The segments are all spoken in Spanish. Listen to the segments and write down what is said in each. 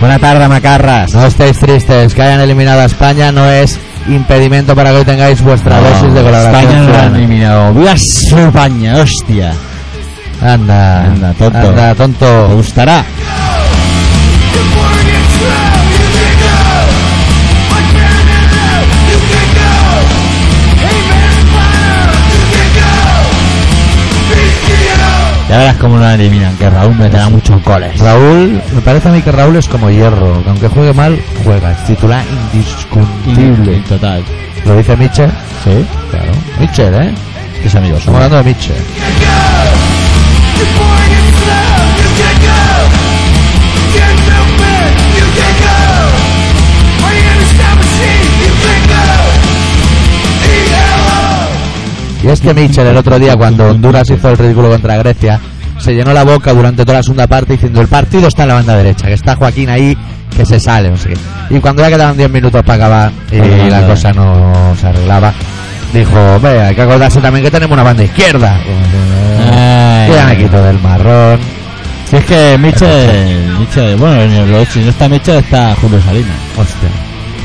Buena tarde, Macarras. No estéis tristes, que hayan eliminado a España no es impedimento para que hoy tengáis vuestra No, dosis de colaboración. España no la han ciudadana. eliminado. ¡Viva España, hostia! Anda, Anda, tonto. Anda, ¿Te tonto. gustará? Ya verás cómo lo eliminan, que Raúl meterá muchos goles. Raúl, me parece a mí que Raúl es como hierro, que aunque juegue mal, juega. Es titular indiscutible. Total. Lo dice Mitchell. ¿Sí? Claro. Mitchell, ¿eh? Tus amigos. Estamos hablando de Mitchell. Y es que Mitchell el otro día cuando Honduras hizo el ridículo contra Grecia se llenó la boca durante toda la segunda parte diciendo el partido está en la banda derecha, que está Joaquín ahí, que se sale, no sé qué. Y cuando ya quedaban 10 minutos para acabar y Fernando. la cosa no se arreglaba, dijo, ve, hay que acordarse también que tenemos una banda izquierda. Eh. Ay. Ya me quito del marrón. Si es que Michel, Michel bueno, lo- si no está Michel está Julio Salinas. Hostia.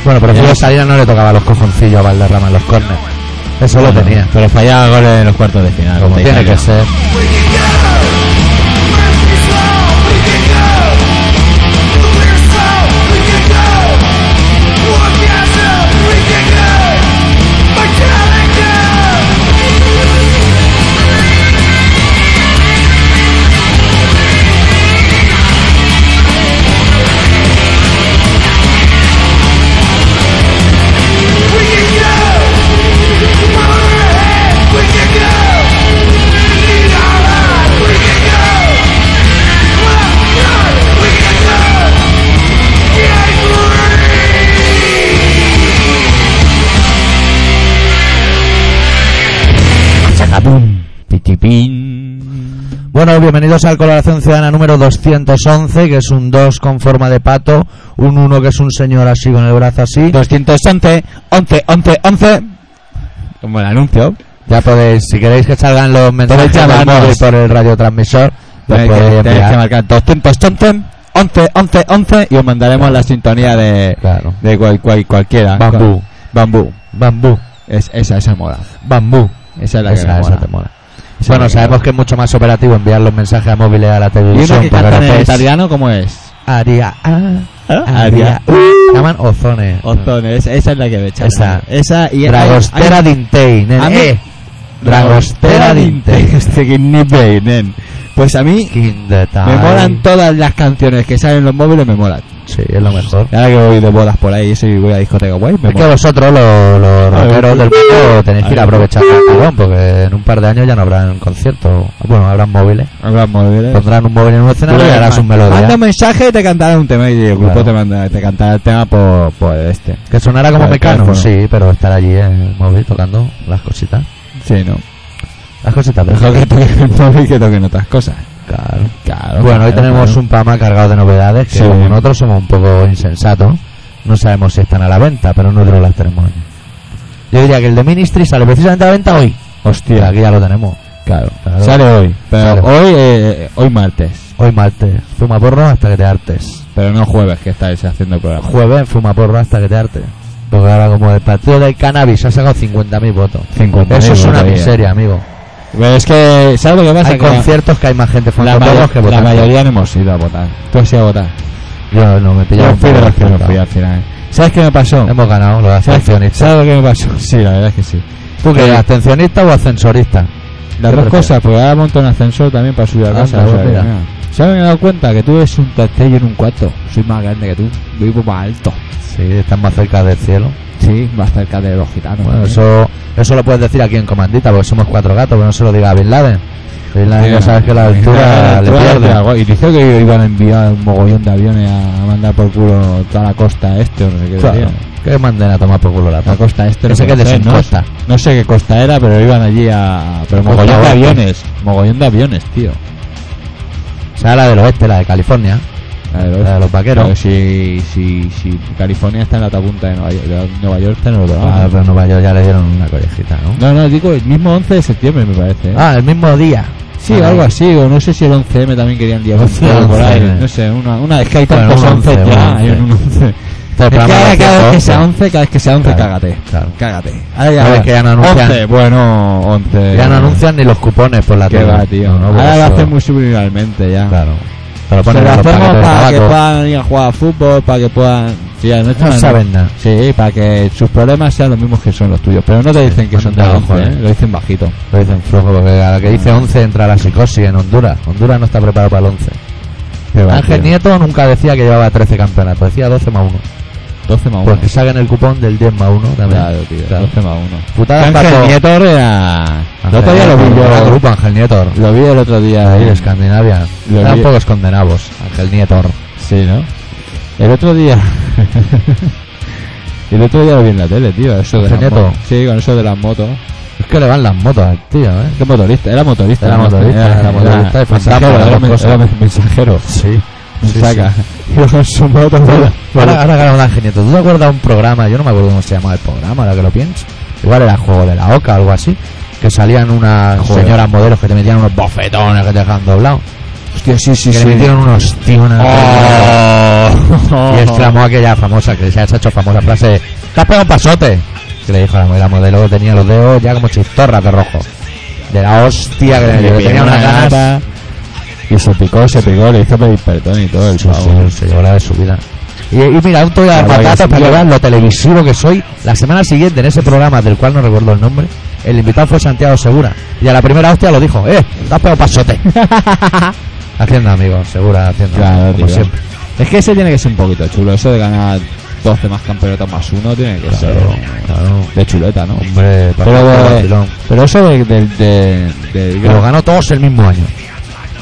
Bueno, pero Julio Salinas no le tocaba los cojoncillos a Valderrama en los corners. Eso lo Bueno, tenía. Pero fallaba goles en los cuartos de final. Como te tiene dije que yo. ser. Chacapum, pitipín. Bueno, bienvenidos al Coloración Ciudadana número 211, que es un 2 con forma de pato, un 1 que es un señor así con el brazo así. 211, 11, 11, 11. Como el anuncio. Ya podéis, si queréis que salgan los mensajes del llamarnos. móvil por el radiotransmisor, los Tenéis podéis que, tenéis que enviar. marcar 211, 11, 11, 11. Y os mandaremos la sintonía de, Claro. de cual, cual- cualquiera. Bambú. Cual- Bambú. Bambú, Es, esa, esa moda. bambú. Esa es la que Esa- me esa mola. te mola. Esa Bueno, es la sabemos que es mucho más operativo enviar los mensajes a móviles a la me mola. ¿Y uno televisión, que pero cantan lo en que es italiano cómo es? Aria A, Aria ¿Ah? Aria U, uh, llaman Ozone. Ozones, esa es la que me echa. Esa. esa y Dragostera hay- Dintei, nene. A mí- Eh, Dragostera Dintei. Este que ni ve, nen. Pues a mí King de me Time. molan todas las canciones que salen en los móviles, me molan. Sí, es lo mejor. Y ahora que voy de bodas por ahí y soy- voy a discoteca guay, me Es que mola. vosotros, los, los A ver. rockeros del mundo, tenéis que ir A ver. aprovechando el tirón, porque en un par de años ya no habrán conciertos. Bueno, habrán móviles. Hablan móviles. Pondrán un móvil en un escenario y harán sus Manda melodías. un mensaje y te cantará un tema. Y el grupo Claro. te, manda, te cantará el tema por, por este. Que sonara como Al mecano. teléfono. Sí, pero estar allí en el móvil tocando las cositas. Sí, ¿no? Las cositas de Mejor que toquen el móvil que toquen otras cosas. Claro. Claro. Bueno, hoy claro, tenemos claro. un programa cargado de novedades que Sí. como nosotros somos un poco insensatos. No sabemos si están a la venta, pero nosotros las tenemos. ahí. Yo diría que el de Ministry sale precisamente a la venta hoy. Pero Hostia, aquí ya lo tenemos. claro. Claro. Sale hoy. Pero Sale. hoy, eh, hoy martes. Hoy martes. Fuma porro hasta que te hartes. Pero no jueves que estáis haciendo el programa. Jueves fuma porro hasta que te hartes. Porque ahora como el partido del cannabis ha sacado 50.000 votos. 50.000 Eso es una votos, ya. miseria, amigo. Pero es que, ¿sabes lo que pasa? Hay Que la- conciertos que hay más gente la, fumando mayo- porros que la votando. mayoría no hemos ido a votar. Tú has ido a votar. Yo no me Yo pillaron. fui de por los que no descartado. fui al final. ¿Sabes qué me pasó? Hemos ganado los ¿Sabes, abstencionistas. ¿Sabes lo que me pasó? Sí, la verdad es que sí. ¿Tú qué? Eh, ¿Abstencionista o ascensorista? Las ¿Qué dos prefieres? cosas, porque ahora monto un ascensor también para subir a Anda, casa. pues o sea que mira. nada. ¿Sabes? Me he dado cuenta que tú eres un tercer y en un cuarto. Soy más grande que tú. Vivo más alto. Sí, están más cerca del cielo. Sí, más cerca de los gitanos. Bueno, ¿eh? eso, eso lo puedes decir aquí en comandita, porque somos cuatro gatos, pero no se lo diga a Bin Laden. Bin Laden ya sabes que la La altura le altura le pierde. pega. Y dice que iban a enviar un mogollón de aviones a mandar por culo toda la costa este, o no sé qué Claro, decía. que manden a tomar por culo la La paz. costa este, no Ese que es de sé, ¿no? Suncosta. No sé qué costa era, pero iban allí a. Pero Costa mogollón de Oeste. aviones, mogollón de aviones, tío. O sea, la del oeste, la de California. La de los, La de los vaqueros. Pero si, si, si California está en la otra punta de Nueva York, de Nueva York está en el otro lado. Ah, pero en Nueva York ya le dieron una collejita, ¿no? No, no, digo el mismo 11 de septiembre, me parece. ¿eh? Ah, el mismo día. sí, Ah, algo así, o no sé si el 11M también querían día 11, El o por ahí, 11M. no sé, una, una es que hay Bueno, tantos un 11 ya, 11, hay un 11. Este Es que programa ahora cada vez lo que hacemos sea once. 11, cada vez que sea 11, Claro, cágate. claro. Cágate. Ahora Ahora es que ya no anuncian. 11, bueno, 11. Ya no anuncian ni los cupones por la Que tele. va, tío. No, no, por ahora lo eso- hacen muy subliminalmente ya. Claro. Te lo Se ponen lo en los hacemos paquetes de para que tabaco. puedan ir a jugar a fútbol, para que puedan... Sí, a nosotros No saben nada. Sí, para que sus problemas sean los mismos que son los tuyos. Pero no te dicen que son de Anda, 11, joder. ¿eh? lo dicen bajito. Lo dicen flojo porque a lo que dice 11 entra la psicosis en Honduras. Honduras no está preparado para el 11. Qué va, Ángel tío. Nieto nunca decía que llevaba 13 campeonatos, decía 12 más 1. 12 más 1. Porque sacan el cupón del 10 más 1 también. Claro, tío. Claro. 12 más 1. Putada Ángel Paco. Nieto era... El Ángel otro día lo vi Nieto, gran yo... grupo Ángel Nieto. Lo vi el otro día Ahí de en- Escandinavia. Lo Eran vi- pocos condenados. Ángel Nieto. Sí, ¿no? El otro día... El otro día lo vi en la tele, tío. Eso de las ¿Ángel Nieto? motos. Sí, con eso de las motos. Es que le van las motos al tío, ¿eh? ¿Qué motorista? Era motorista. Era ¿no? motorista, era motorista y fantasma, mensajero, las era, dos men- cosas. era men- mensajero. Sí. sí, Saca. Y con su moto. Ahora, ahora ganamos Ángel Nieto. ¿Tú te acuerdas de un programa? Yo no me acuerdo cómo se llamaba el programa, ahora que lo pienso. Igual era Juego de la Oca o algo así. Que salían unas Joder. señoras modelos que te metían unos bofetones que te dejaban doblado. Hostia, sí, sí, Ah. que le metieron unos tíos. una- Oh. Y exclamó aquella famosa, que se ha hecho famosa frase, ¡Te has pegado un pasote! Que le dijo a la modelo, la modelo que tenía los dedos ya como chistorras de rojo. De la hostia que le Le metió. pegó Tenía una una ganas. gata. Y se picó, se pegó, le hizo pedir perdón y todo el Sí, sí, pavo. se llevó la de su vida. Y, y mira, un toque de La verdad patatas que sí. para llevar lo televisivo que soy. La semana siguiente, en ese programa del cual no recuerdo el nombre, el invitado fue Santiago Segura. Y a la primera hostia lo dijo, ¡eh! ¡Te has pegado pasote! haciendo amigos, Segura, haciendo Claro, amigos, como tío. siempre. Es que ese tiene que ser un poquito chulo. Eso de ganar 12 más campeonatos más uno tiene que Claro, ser claro. de chuleta, ¿no? Hombre, para Pero, hacer de- vacilón. pero eso de, de, de- de- Que lo ganó todos el mismo año.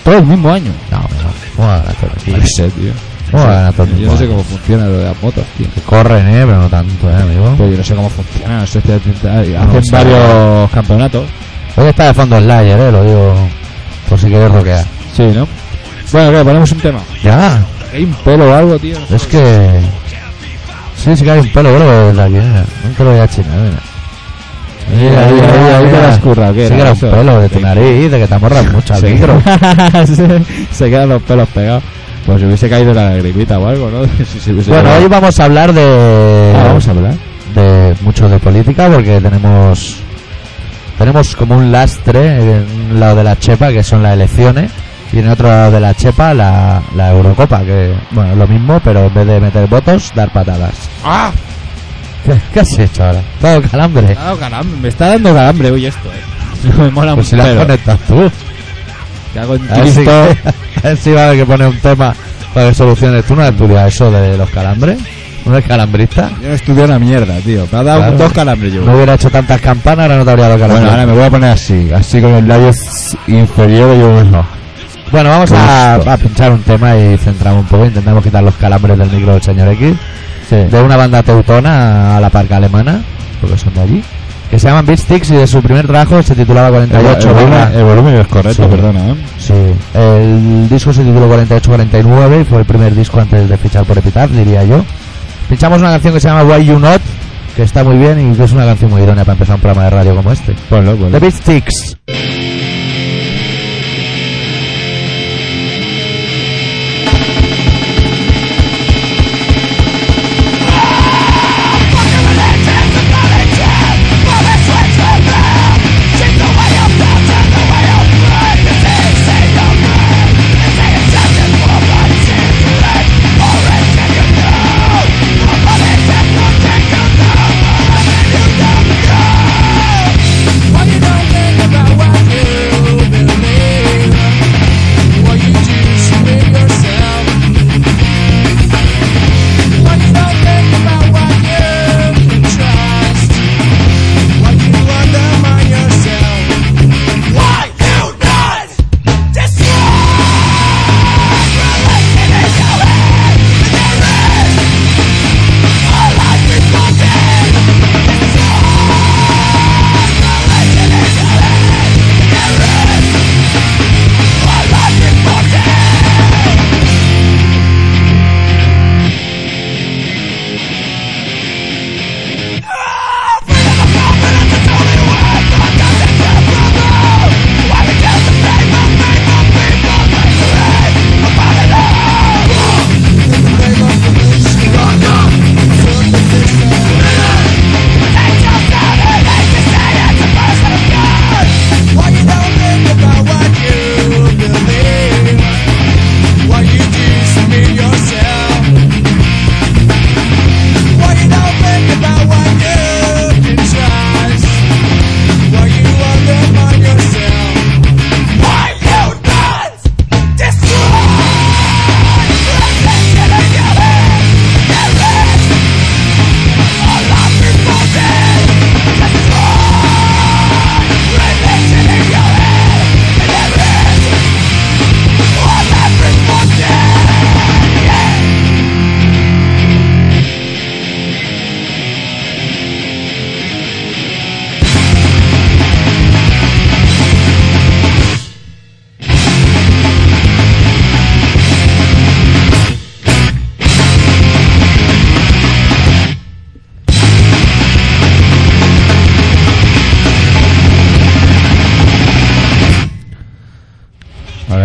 todo el mismo año. No, no, ¿cómo va a ganar todo el No mismo? sé, tío. ¿Cómo va a ganar todo el Yo mismo no sé año? cómo funciona lo de las motos, tío. Corren, eh, pero no tanto, eh, amigo. Pero yo no sé cómo funciona, eso es que hacen No sé. varios campeonatos. Hoy está de fondo Slayer, eh, lo digo. Por si quieres roquear. Sí, ¿no? Bueno, que ponemos un tema. Ya, Hay un pelo o algo, tío. es que. Sí, sí que hay un pelo bueno de la guinea. Un pelo de la china, mira. Mira, Ahí- mira, ahí- mira, ahí te mira. la has currado, ¿qué Sí era que era un eso? pelo de tu Sí. nariz, de que te amorras mucho al micro. se, se quedan los pelos pegados. Pues si hubiese caído la gripita o algo, ¿no? Si se hubiese Bueno, pegado. hoy vamos a hablar de. Ah, vamos a hablar. de mucho de política porque tenemos tenemos como un lastre en un lado de la chepa que son las elecciones y en el otro lado de la chepa la, la Eurocopa que bueno es lo mismo pero en vez de meter votos dar patadas ¡Ah! ¿qué, qué has hecho ahora? todo Me calambre ha dado calambre, me está dando calambre hoy esto, eh. Me mola pues si un la pelo. conectas tú Te hago en a ver si, Cristo. a ver si va a haber que poner un tema para que soluciones tú no has estudiado eso de los calambres no eres calambrista Yo no estudié una mierda, tío. Me ha dado Claro. dos calambres yo. no hubiera hecho tantas campanas ahora no te habría dado calambres Bueno, ahora me voy a poner así, así con los labios inferiores y uno. Bueno, vamos a, Listo. a pinchar un tema y centramos un poco. Intentamos quitar los calambres del micro del señor X. Sí. De una banda teutona a la parca alemana, porque son de allí. Que se llaman Beatsticks y de su primer trabajo se titulaba 48. barra- volumen es correcto, Sí. perdona, ¿eh? Sí. El disco se tituló 48-49 y fue el primer disco antes de fichar por Epitaph, diría yo. Pinchamos una canción que se llama Why You Not, que está muy bien y que es una canción muy idónea para empezar un programa de radio como este. Ponlo, The ponlo. Beatsticks. What you don't think about what you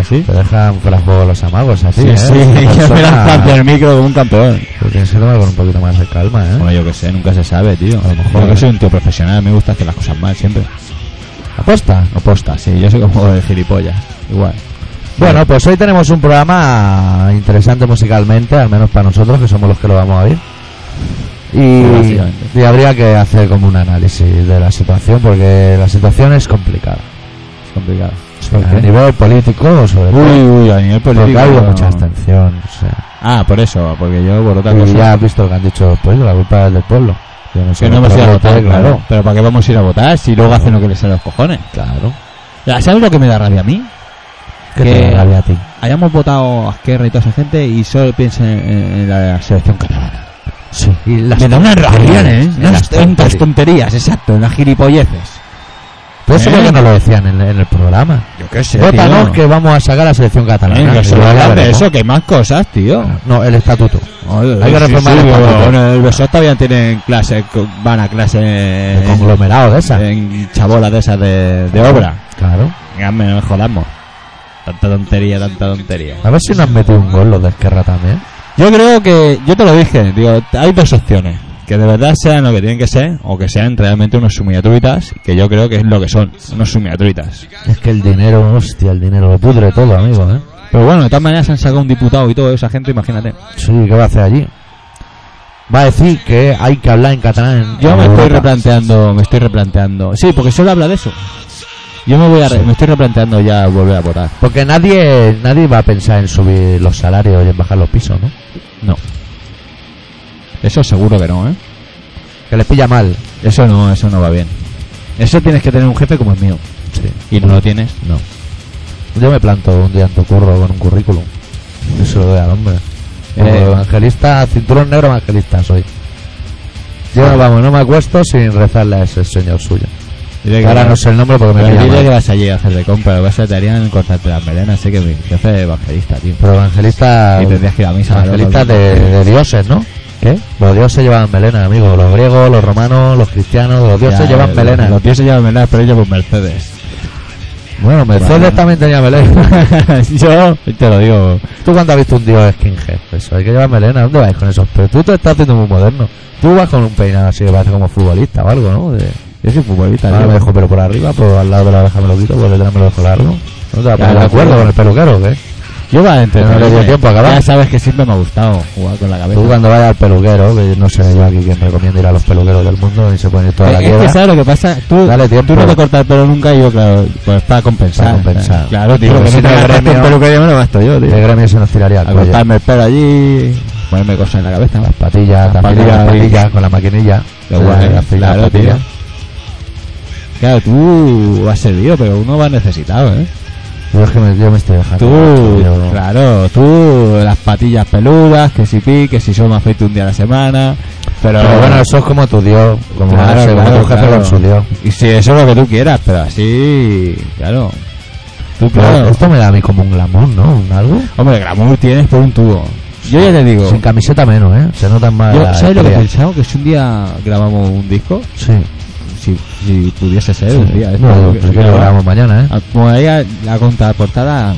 sí. Te dejan fuera de juego los amagos así, Sí, ¿eh? sí, yo me lanzo hacia el micro como un campeón. Lo tienes que tomar con un poquito más de calma, ¿eh? Bueno, yo que sé, nunca se sabe, tío. A lo mejor. Yo que soy un tío profesional, me gusta hacer las cosas mal siempre. Apuesta. Oposta, sí, yo soy como de gilipollas. Igual. Bueno, pues hoy tenemos un programa interesante musicalmente, al menos para nosotros, que somos los que lo vamos a oír. Básicamente. Y, y habría que hacer como un análisis de la situación, porque la situación es complicada. es complicado. A qué? nivel político, sobre todo. Uy, uy, a nivel porque político. ha habido no. mucha abstención. o sea, Ah, por eso, porque yo por otra y cosa. ya has visto lo que han dicho los pueblos, la culpa es del pueblo. Yo Que sé, no hemos pero ido a voté, votar, claro. Pero ¿para qué vamos a ir a votar si luego hacen lo que les sale a los cojones? Claro. Ya, ¿Sabes lo que me da rabia a mí? ¿Qué Que- te da rabia a ti? Hayamos votado a Esquerra y toda esa gente y solo piensen en, en la selección catalana. Sí. Y las me da una rabia, ¿eh? En Unas las tontas tonterías. tonterías, exacto, en las gilipolleces. Por eso ¿Eh? creo que no lo decían en, en el programa. Yo qué sé, Vótanos tío. que vamos a sacar a la selección Venga, catalana. que Y se lo luego ya hagan de veremos. eso, que hay más cosas, tío. No, el estatuto. Joder, Hay que reformar el pero estatuto. bueno, el Besós todavía tienen clase, co- van a clase El en, conglomerado de esa. eh. en chabolas de esas de, de obra. Claro. Ya me jodamos. Tanta tontería, tanta tontería. A ver si nos han metido un gol los de Esquerra también. Yo creo que, yo te lo dije, digo, hay dos opciones. Que de verdad sean lo que tienen que ser, o que sean realmente unos sumiatruitas, que yo creo que es lo que son, unos sumiatruitas. Es que el dinero, hostia, el dinero lo pudre todo, amigo, ¿eh? Pero bueno, de todas maneras han sacado un diputado y todo esa gente, imagínate. Sí, ¿qué va a hacer allí? Va a decir que hay que hablar en catalán. en- Yo en me estoy Europa. replanteando, me estoy replanteando. Sí, porque solo habla de eso. Yo me voy a, re- Sí. me estoy replanteando ya volver a votar. Porque nadie nadie va a pensar en subir los salarios y en bajar los pisos, ¿no? No. Eso seguro que no, ¿eh? Que les pilla mal. Eso no, eso no va bien. Eso tienes que tener un jefe como el mío. Sí. Y no lo tienes. No. Yo me planto un día en tu curro con un currículum. Eso se lo doy al hombre. Como Eh. evangelista, cinturón negro evangelista soy. Yo vamos, no me acuesto sin rezarle a ese señor suyo. Dile que, Ahora no sé el nombre porque me ¿eh? pero pilla dile mal. que vas allí a hacer de compra, lo vas a te en cortarte las melenas, así que mi jefe es evangelista, tío. Pero evangelista. Y tendrías que ir a misa, Evangelista loco. de, de dioses, ¿no? ¿Qué? Los dioses llevan melena, amigo. Los griegos, los romanos, los cristianos, los dioses Ya, llevan eh, melena. Los dioses llevan melenas, pero ellos con Mercedes. Bueno, Mercedes Bueno. también tenía melena. Yo te lo digo. ¿Tú cuándo has visto un tío skinhead? Eso, hay que llevar melena. ¿Dónde vais con eso? Pero tú te estás haciendo muy moderno. Tú vas con un peinado así que parece como futbolista o algo, ¿no? De, Yo soy futbolista, ahora tío. me dejo pelo por arriba, por al lado de la oreja me lo quito, por detrás me lo dejo largo. ¿No te vas a poner Claro, de acuerdo tío. con el peluquero o qué? Yo va a entrenar. eh. Pero no le dio tiempo a acabar. Ya sabes que siempre me ha gustado jugar con la cabeza. Tú cuando vayas al peluquero, que no sé yo aquí quién recomienda ir a los peluqueros del mundo y se ponen toda Eh, la es que tierra. sabes lo que pasa, tú, Dale tiempo. tú no te cortas el pelo nunca y yo, claro, pues para compensar. eh. Para compensar. Claro, tío, Pero que si no no pues, te hay gastaste gremio- un pelo que yo me lo gasto yo, El tío. gremio se nos tiraría al A cuello. cortarme el pelo allí, ponerme cosas en la cabeza. Las patillas, Las también las patillas, patillas, con la maquinilla. Lo Se guay, eh. le afila las claro, patillas. tío. Claro, tú has servido, pero uno va necesitado, ¿eh? Yo es que me, yo me estoy dejando. Tú, Yo- claro, tú, las patillas peludas, que si pi, que si solo me afeito un día a la semana. Pero, Pero bueno, eso es como tu dios, como, Claro, no sé, como claro, tu jefe claro. con su dios. Y si eso es lo que tú quieras, pero así, claro. Tú, Pero claro. Esto me da a mí como un glamour, ¿no? Un algo. Hombre, glamour tienes por un tubo. Yo ya te digo. Sin camiseta menos, ¿eh? Se notan más. yo- las ¿Sabes lo que he estrías. pensado? Que si un día grabamos un disco, Sí. si, si pudiese ser un día. esto, No, que- pero que que lo grabamos mañana, ¿eh? a- Como ahí a- la contraportada,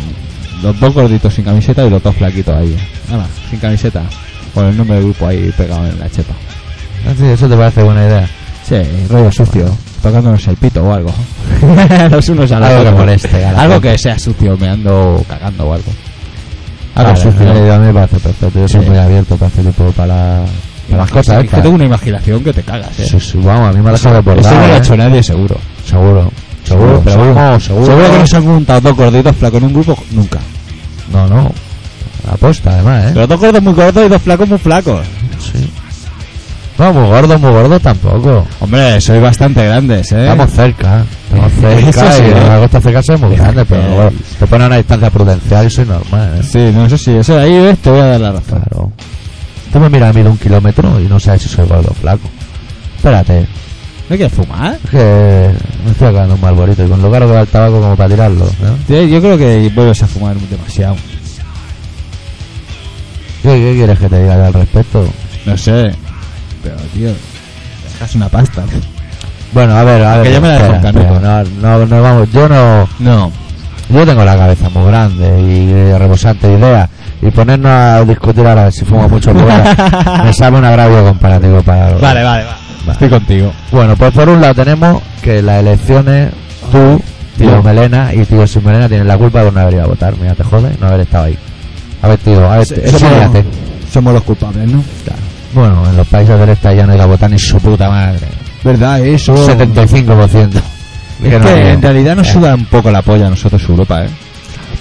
los dos gorditos sin camiseta y los dos flaquitos ahí. Nada, sin camiseta. Con el nombre del grupo ahí pegado en la chepa. Ah, sí, eso te parece buena idea. Sí, rollo sucio. Tocándonos el pito o algo. Los unos a los Algo que otros. moleste a la Algo gente. que sea sucio, me ando cagando o algo. Algo Vale, sucio. eh, a mí me parece perfecto. Yo soy Sí. muy abierto para este tipo, para, para las Es cosas, ¿eh? que tengo una imaginación que te cagas, eh. Sí, sí, vamos, a mí me la sabe por Eso no lo ha hecho nadie, seguro. ¿eh? Seguro. Seguro, pero seguro. vamos, Seguro, seguro. que no se han juntado dos gorditos flacos en un grupo, nunca. No, no. Aposta, además, ¿eh? Pero dos gordos muy gordos y dos flacos muy flacos. Sí. No, muy gordo, muy gordo tampoco. Hombre, sois bastante grandes, eh. Estamos cerca, estamos Eso cerca sí, y ¿no? la costa cerca es muy grande, pero Eh. bueno, te pone a una distancia prudencial y soy normal, ¿eh? Sí, no, eso sí, eso de ahí ves, te voy a dar la razón. Claro. Tú me miras a mí de un kilómetro y no sabes si soy gordo o flaco. Espérate, ¿No quieres fumar? es que me estoy acabando un malborito y con lo caro que va el tabaco como para tirarlo, ¿no? Sí, Yo creo que vuelves a fumar demasiado. ¿Qué, qué quieres que te diga yo al respecto? No sé. Pero, tío, dejas una pasta. Bueno, a ver, a ver. Que yo me la dejo espera, en canuto. espera, no, no, no, vamos, yo no, No. Yo tengo la cabeza muy grande y eh, rebosante de ideas. Y ponernos a discutir ahora si fumo mucho o poco, me sabe un agravio comparativo para. los- Vale, vale, vale. Estoy contigo. Bueno, pues por un lado tenemos que las elecciones, tú, tío Tío. Melena y tío sin Melena tienen la culpa de no haber ido a votar. Mira, te jode no haber estado ahí. A ver, tío, a ver, Se- explícate. somos los culpables, ¿no? Bueno, en los países del este ya no hay a votar ni su puta madre. ¿Verdad? Eso. 75%. Eh, Oh. Es Que que no ha ido. en realidad nos Eh. suda un poco la polla a nosotros Europa, ¿eh?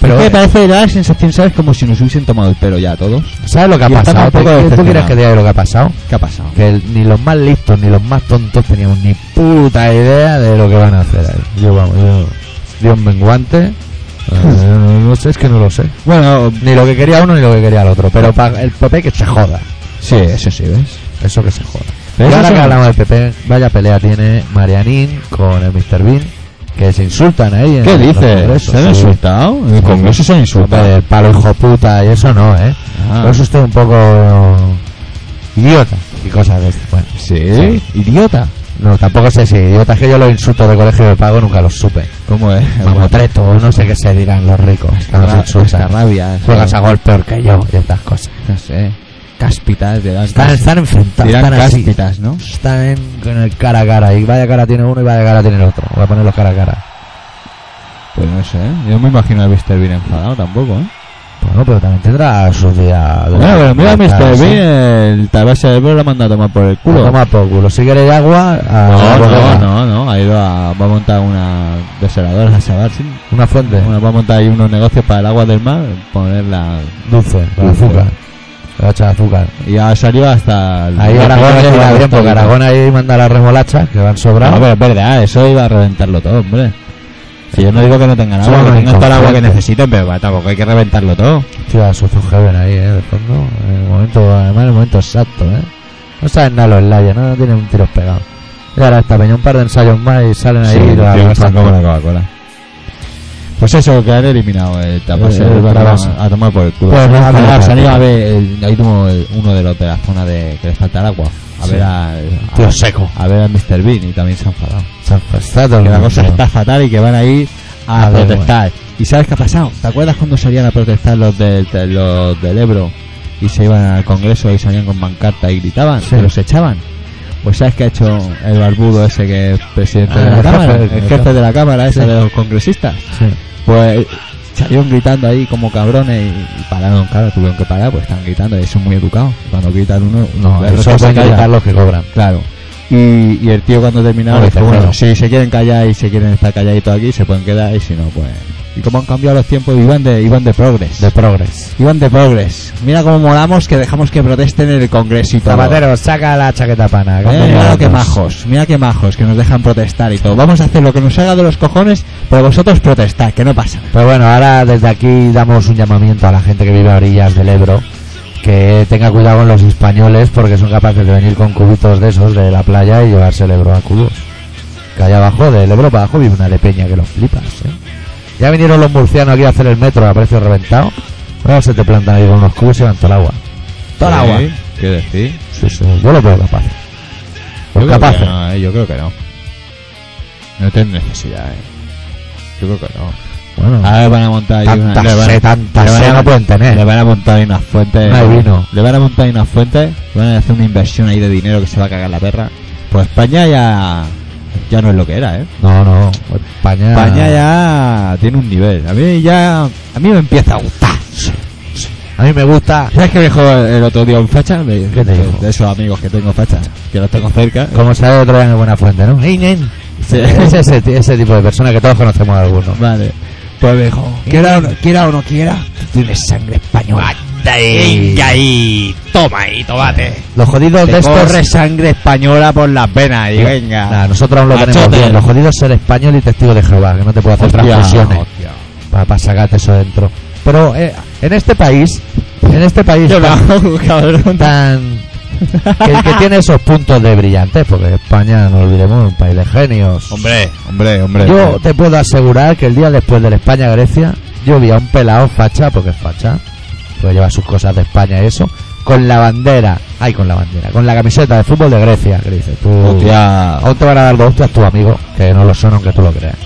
Pero, Pero es eh, que parece da la sensación, ¿sabes? Como si nos hubiesen tomado el pelo ya a todos. ¿Sabes lo que ha Y estamos pasado? un poco ¿Tú- ¿Tú quieres decepcionados. que te diga lo que ha pasado? ¿Qué ha pasado? Que el- ni los más listos ni los más tontos teníamos ni puta idea de lo que van a hacer ahí. Yo, vamos, yo. Dios menguante. no, no sé, es que no lo sé. Bueno, Ni lo que quería uno ni lo que quería el otro. Pero pa- el PP que se joda. sí, eso sí, ¿ves? Eso que se joda. Pero y eso ahora son- que hablamos del PP, vaya pelea tiene Marianín con el Mr. Bean. Que se insultan ahí. en ¿Qué los dices? congresos, ¿Se han sí. insultado? En el Congreso se han Hombre, insultado. el palo hijo puta y eso no, ¿eh? Ah. Por eso estoy un poco idiota y cosas de estas. Bueno, Sí, idiota. no, tampoco sé si idiotas que yo los insultos de colegio de pago nunca los supe. ¿Cómo es? Mamotreto, no sé qué se dirán los ricos. Cuando se insultan. rabia. Juegas a gol peor que yo y estas cosas. No sé. Cáspitas de las Están, están enfrentados, Dirán están así. cáspitas, ¿no? Están en- con el cara a cara. Y vaya cara tiene uno y vaya cara tiene el otro. Voy a ponerlos cara a cara. Pues no sé, ¿eh? Yo me imagino a Mr. Bean enfadado tampoco, ¿eh? Bueno, pero también tendrá sus días. de- Bueno, pero mira a Mr. Sí. Bean, el tabasa de lo manda a tomar por el culo. Toma por culo. Si queréis agua, a No, no, la bodega. no, no, ha ido a, va a montar una desaladora a Sabar, sí. Una fuente. Bueno, va a montar ahí unos negocios para el agua del mar, ponerla... Dulce, con Dulce. azúcar. Le va a echar azúcar. Y ha salido hasta... el- Ahí el Aragón primer le de da bien, agosto, porque ¿no? Aragón ahí manda las remolachas, que van No, sobradas. pero es verdad, eso iba a reventarlo todo, hombre. Si yo no digo que no tengan agua, Somos que tengan toda el agua que inconscientes. necesiten, pero va, tampoco hay que reventarlo todo. Hostia, Suzu Heaven ahí, eh, de fondo. En el momento, además, en el momento exacto, eh. No saben nada los Laya, no, no tienen un tiro pegado. Y ahora está, peña un par de ensayos más y salen ahí y tío, la están arrasan como toda. la Coca-Cola. Pues eso, que han eliminado el tapas, Eh, el Tabasa. a tomar por el culo. Pues no, a ver, no, se han ido no. a ver, el- ahí como el- uno de los de la zona de que les falta el agua, a Sí. ver al, a- Tío seco. a ver al Mr. Bean y también se han enfadado. Se han pasado Que la el cosa mundo. está fatal y que van a ir a, A ver, protestar. ¿Y sabes qué ha pasado? ¿Te acuerdas cuando salían a protestar los del, de- los del Ebro y se iban al Congreso y salían con pancarta y gritaban? Sí. ¿Se los echaban? Pues ¿sabes qué ha hecho el barbudo ese que es presidente de Ah, la el Cámara? jefe, el el jefe jefe. de la Cámara, ese Sí. de los congresistas. Sí. Pues salieron gritando ahí como cabrones y, y pararon, claro, tuvieron que parar, pues están gritando y son muy educados. Cuando gritan uno, No, el otro eso se pueden calla. quitar los que cobran. Claro. Y, y el tío cuando terminaba Ahora dijo, está bueno, claro. si se quieren callar y se quieren estar calladitos aquí, se pueden quedar y si no, pues... Y como han cambiado los tiempos, iban de, iban de progres. De Progress. Iban de progres. Mira cómo molamos que dejamos que protesten en el Congreso y todo. Zapatero, saca la chaqueta pana. que han Eh, venido mira los qué dos. majos, mira qué majos que nos dejan protestar y todo. Vamos a hacer lo que nos haga de los cojones, pero vosotros protestad, que no pasa. nada. Pues bueno, ahora desde aquí damos un llamamiento a la gente que vive a orillas del Ebro que tenga cuidado con los españoles porque son capaces de venir con cubitos de esos de la playa y llevarse el Ebro a cubos. Que allá abajo, del Ebro para abajo, vive una lepeña que los flipas. ¿eh? Ya vinieron los murcianos aquí a hacer el metro a precio reventado. Bueno, se te plantan ahí con unos cubos y van todo el agua. Todo el agua. ¿Qué decir? Sí, sí, yo lo veo capaz. Los Yo creo capaces. que no, eh, yo creo que no. No tienen necesidad, eh. Yo creo que no. Bueno, Ahora van a montar ahí Ah. tanta Ah, una, le van- sed, tanta le van sed a- no pueden tener. Le van a montar ahí unas fuentes. No hay vino. Le van a montar ahí unas fuentes. Van a hacer una inversión ahí de dinero que se va a cagar la perra. Pues España ya. Ya no es lo que era, ¿eh? No, no. España. España ya tiene un nivel. A mí ya. A mí me empieza a gustar. A mí me gusta. ¿Sabes qué me dijo el otro día un facha? Me- ¿Qué te dijo? De esos amigos que tengo facha, que los tengo cerca. Como sabe otro día en buena fuente, ¿no? Ey, nen. Sí. Es ese, ti- ese tipo de persona que todos conocemos algunos. Vale. Pues me dijo, Quiera o, no, quiera o no quiera, Tienes sangre española. ahí, ahí, toma ahí, tomate. Los jodidos de Te estos. corre sangre española por las venas y Nah, venga. nosotros aún lo tenemos Machote. bien. Los jodidos ser español y testigo de Jehová, que no te puedo hacer transmisiones para sacarte eso dentro. Pero eh, en este país, en este país Yo tan, no, cabrón. tan- Ah, que, que tiene esos puntos de brillantes, porque España, no olvidemos, es un país de genios. Hombre, hombre, hombre. Yo te puedo asegurar que el día después del España-Grecia, yo vi a un pelado facha, porque es facha, porque lleva sus cosas de España y eso, con la bandera, ay, con la bandera, con la camiseta de fútbol de Grecia, que dice, tú, Hostia. aún te van a dar dos hostias tu amigo, que no lo son aunque tú lo creas.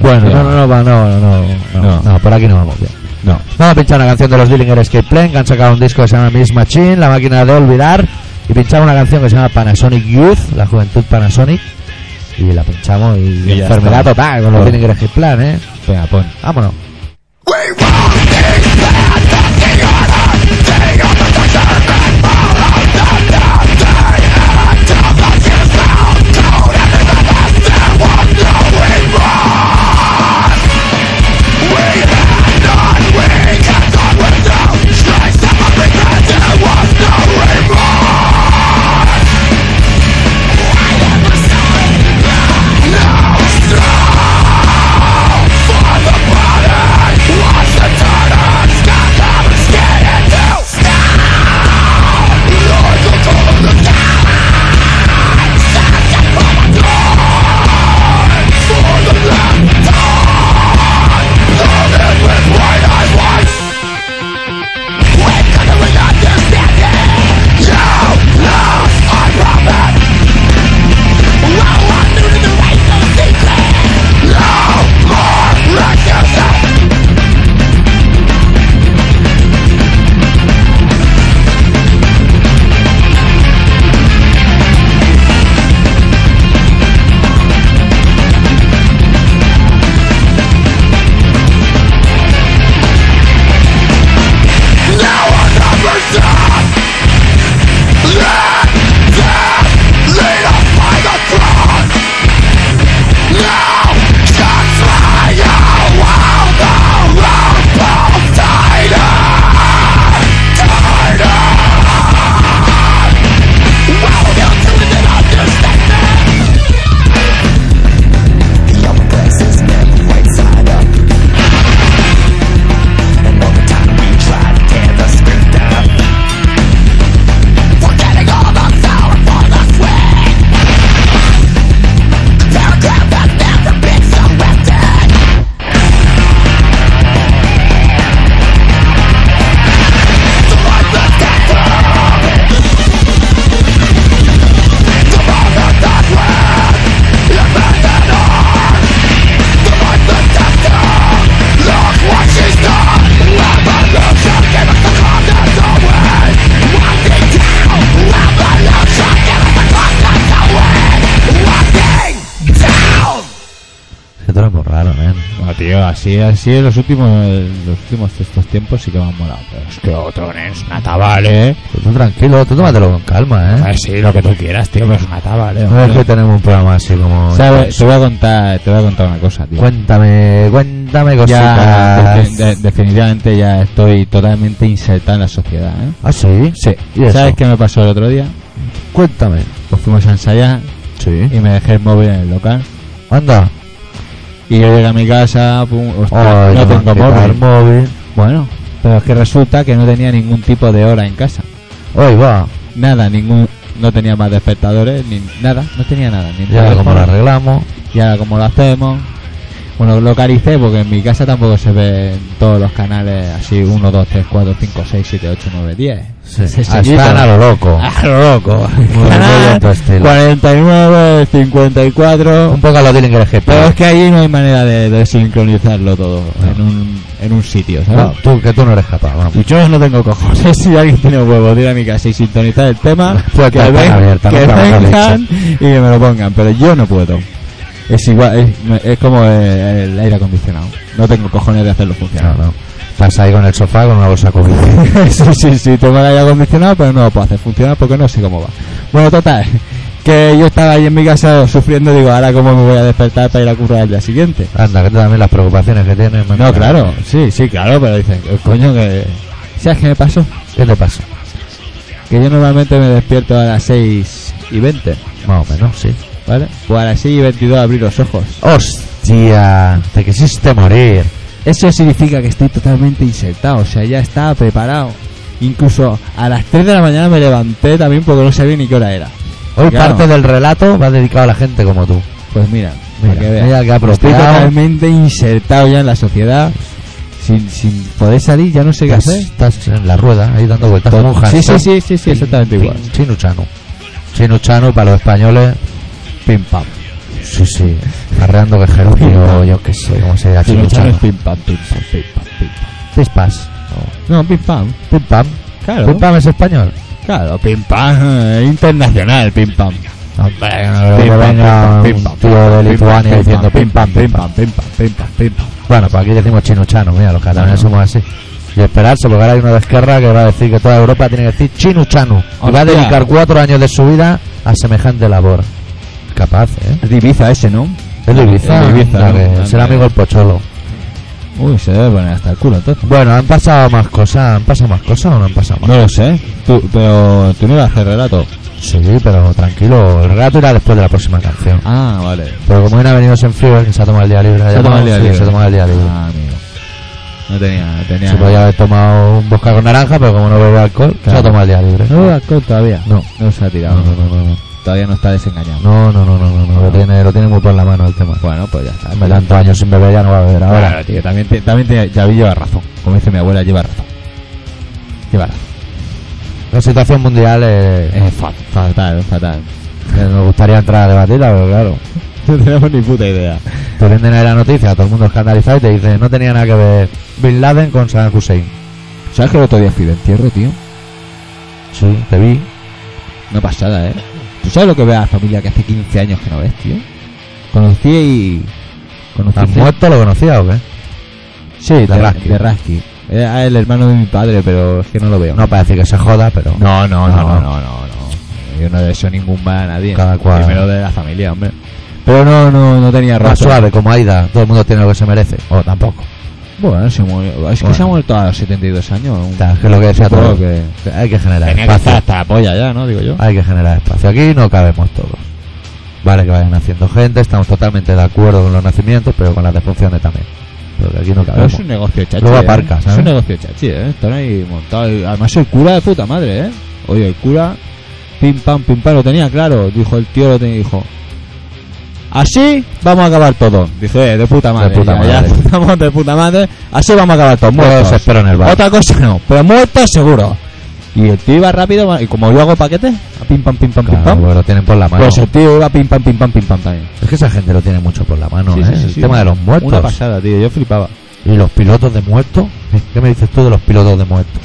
Bueno, no, no, no, va, no, no, no, no, No. no, por aquí no vamos bien. no. Vamos a pinchar una canción de los Dillinger Escape Plan, que han sacado un disco que se llama Miss Machine, La Máquina de Olvidar, y pinchamos una canción que se llama Panasonic Youth, La Juventud Panasonic, y la pinchamos y, Y ya enfermedad está. total con los Bueno. Dillinger Escape Plan, ¿eh? Venga, pon. Vámonos. Se te lo borraron, ¿eh? No, tío, así, así en los últimos, los últimos de estos tiempos sí que me han molado. Pero es que otro nen, es una tabal, eh. Pues tú tranquilo, tú tómatelo con calma, ¿eh? Ah, sí, lo que tú quieras, tío, pero es una tabal, eh. No es que hombre. tenemos un programa así como... ¿Sabes? Te voy a contar, te voy a contar una cosa, tío. Cuéntame, cuéntame ya, cositas. de- de- definitivamente ya estoy totalmente insertado en la sociedad, eh. ¿Ah, sí? Sí. ¿Y eso? ¿Sabes qué me pasó el otro día? Cuéntame. Pues fuimos a ensayar Sí. y me dejé el móvil en el local. Anda. Y yo llegué a mi casa, pum, Ay, ostras, no tengo me han quitado el móvil. móvil. Bueno, pero es que resulta que no tenía ningún tipo de hora en casa. Hoy va. Nada, ningún. No tenía más despertadores, ni nada, no tenía nada. Ni Ya como lo arreglamos. ya como lo hacemos. Bueno, localicé porque en mi casa tampoco se ven todos los canales así: 1, 2, 3, 4, 5, 6, 7, 8, 9, 10. Sí. Sencillito. Hasta a Ah, lo loco. A lo loco. Muy bien, pues, Canal tu estilo. 49, 54. Un poco a lo Dillinger GP. Pero es que ahí no hay manera de, de sincronizarlo todo en, un, en un sitio, ¿sabes? No, tú, que tú no eres capaz, vamos. Y yo no tengo cojones. Pues Si alguien tiene huevo de ir a mi casa y sintonizar el tema, Puertas que, están ven- abiertas, que nunca mejor vengan y que me lo pongan. Pero yo no puedo. Es igual, es, es como el, el aire acondicionado. No tengo cojones de hacerlo No, funcionar. no. Estás ahí con el sofá con una bolsa cubierta. sí, sí, sí, tengo el aire acondicionado, pero no lo puedo hacer funcionar porque no sé cómo va. Bueno, total, que yo estaba ahí en mi casa sufriendo, digo, ahora cómo me voy a despertar para ir a currar al día siguiente. Anda, que tú también las preocupaciones que tienes. man. No, claro, sí, sí, claro, pero dicen, "Eh, coño, que. ¿Sabes qué me pasó? ¿Qué te pasa? Que yo normalmente me despierto a las 6 y 20, Más o menos, sí. ¿vale? Pues a las 6 y 22 abrí los ojos. ¡Hostia! Te quisiste morir. Eso significa que estoy totalmente insertado, o sea, ya estaba preparado. Incluso a las 3 de la mañana me levanté también porque no sabía ni qué hora era. Hoy Claro. parte del relato va dedicado a la gente como tú. Pues mira, Mira, para que veas. mira que Estoy apropiado. totalmente insertado ya en la sociedad. Sin, sin poder salir, ya no sé qué Estás, hacer. estás en la rueda, ahí dando vueltas como un Sí, sí, hamster. sí, sí, sí, exactamente igual. Chinuchano. Chinuchano para los españoles. Pim pam. Sí, sí. Arreando Guerrero, tío, yo qué sé, cómo se llama. Si lo echan es Chimuchano. pim pam, pim pam, pim pam, pim pam. Pispas. No, pim pam. Pim pam. Claro. Pim pam es español. Claro, pim pam. eh, internacional, pim pam. Hombre, que no creo Pim, que pam, venga pim, un pam, pim, tío de pam, pim, pam, Lituania pim, diciendo pim pam, pim pam. pim pam, pim pam, pim pam. Bueno, pues aquí decimos chinuchano, mira, los catalanes Claro. somos así. Y esperarse, porque ahora hay uno de Esquerra que va a decir que toda Europa tiene que decir chinuchano. Y va a Hostia. dedicar cuatro años de su vida a semejante labor. Capaz, ¿eh? Es de Ibiza ese, ¿no? Es de Ibiza. Es de Ibiza, anda, ¿no? que será Anda. amigo el Pocholo. Uy, se debe poner hasta el culo entonces. Bueno, han pasado más cosas, han pasado más cosas o no han pasado más. No lo sé, tú, pero tú no ibas a hacer relato. Sí, pero tranquilo, el relato irá después de la próxima canción. Ah, vale. Pero como viene ha venido en frío, es que se ha tomado el día libre. ha Se ha tomado el día llamado, sí, libre. Se ha tomado el día libre. Ah, amigo. No tenía, no tenía. Se podía haber tomado un bosca con naranja, pero como no bebe alcohol, se Claro. ha tomado el día libre. No hubo alcohol todavía. No. No se ha No, tirado. no, no, no, no. Todavía no está desengañado. No, no, no, no, no, no, Lo, tiene, lo tiene muy por la mano el tema. Bueno, pues ya está. Me tanto años sin beber, ya no va a beber ahora. Claro, tío, también, te- también te- ya vi lleva razón. Como dice mi abuela, lleva razón. Lleva razón. La situación mundial es, Es fatal, fatal, fatal. que nos gustaría entrar a debatirla, pero claro. No tenemos ni puta idea. Te venden ahí la noticia, todo el mundo escandalizado y te dicen, no tenía nada que ver Bin Laden con Saddam Hussein. ¿Sabes que el otro día fui de entierro, tío? Sí, te vi. Una pasada, ¿eh? ¿Tú sabes lo que ve a la familia que hace 15 años que no ves, tío? Conocí y... Conocí ¿Estás muerto? ¿Lo conocías o qué? Sí, de, de de Rasky. Rasky. Era el hermano de mi padre, pero es que no lo veo. No, para decir que se joda, pero... No, no, No, no, no, no. no, no. Yo no deseo ningún mal a nadie. Cada cual. Primero de la familia, hombre. Pero no, no, no tenía Más razón. suave, como Aida, todo el mundo tiene lo que se merece. O tampoco. Bueno, se murió. Es que Bueno. se ha muerto a los 72 años. Un- O sea, es que lo que decía Supongo todo. que- Hay que generar Tenía que espacio. estar hasta la polla ya, ¿no? Digo yo. Hay que generar espacio. Aquí no cabemos todos. Vale que vayan haciendo gente, estamos totalmente de acuerdo con los nacimientos, pero con las defunciones también. Porque aquí no Pero cabemos. es un negocio chachi. Luego ¿eh? aparca, Es ¿sabes? un negocio chachi, ¿eh? Están ahí montados. Y Además, el cura de puta madre, ¿eh? Oye, el cura, pim pam, pim pam, lo tenía claro. Dijo el tío, lo tenía, dijo. Así vamos a acabar todo. Dice, eh, de puta madre. puta ya, ya madre. estamos de puta madre. Así vamos a acabar todo. Muertos. Muertos espero en el bar. Otra cosa no, pero muertos seguro. Y el tío iba rápido, va- y como yo hago paquetes, a pim pam, pim pam, Claro, pim pam. porque lo tienen por la mano. Pues el tío iba pim pam, pim pam, pim pam también. Es que esa gente lo tiene mucho por la mano, Sí, ¿eh? sí, sí, el sí. tema de los Una muertos. pasada, tío, yo flipaba. ¿Y los pilotos de muertos? ¿Qué me dices tú de los pilotos de muertos?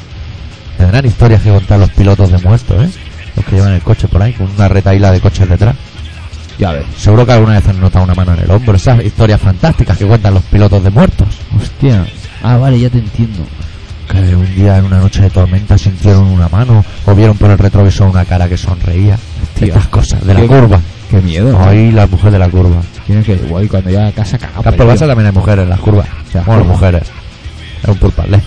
Tendrán historias que contar los pilotos de muertos, ¿eh? Los que llevan el coche por ahí, con una retaíla de coches detrás. Ya ves. Seguro que alguna vez han notado una mano en el hombro. Esas historias fantásticas que cuentan los pilotos de muertos. Hostia. Ah, vale, ya te entiendo. Que un día en una noche de tormenta sintieron una mano o vieron por el retrovisor una cara que sonreía. Hostia. Estas cosas de la Qué- curva. Qué miedo. Ahí la mujer de la curva. Tienes que igual cuando llega a casa cagado. Acá por Barça también hay mujeres en las curvas. Bueno, mujeres. Es un pulparlé.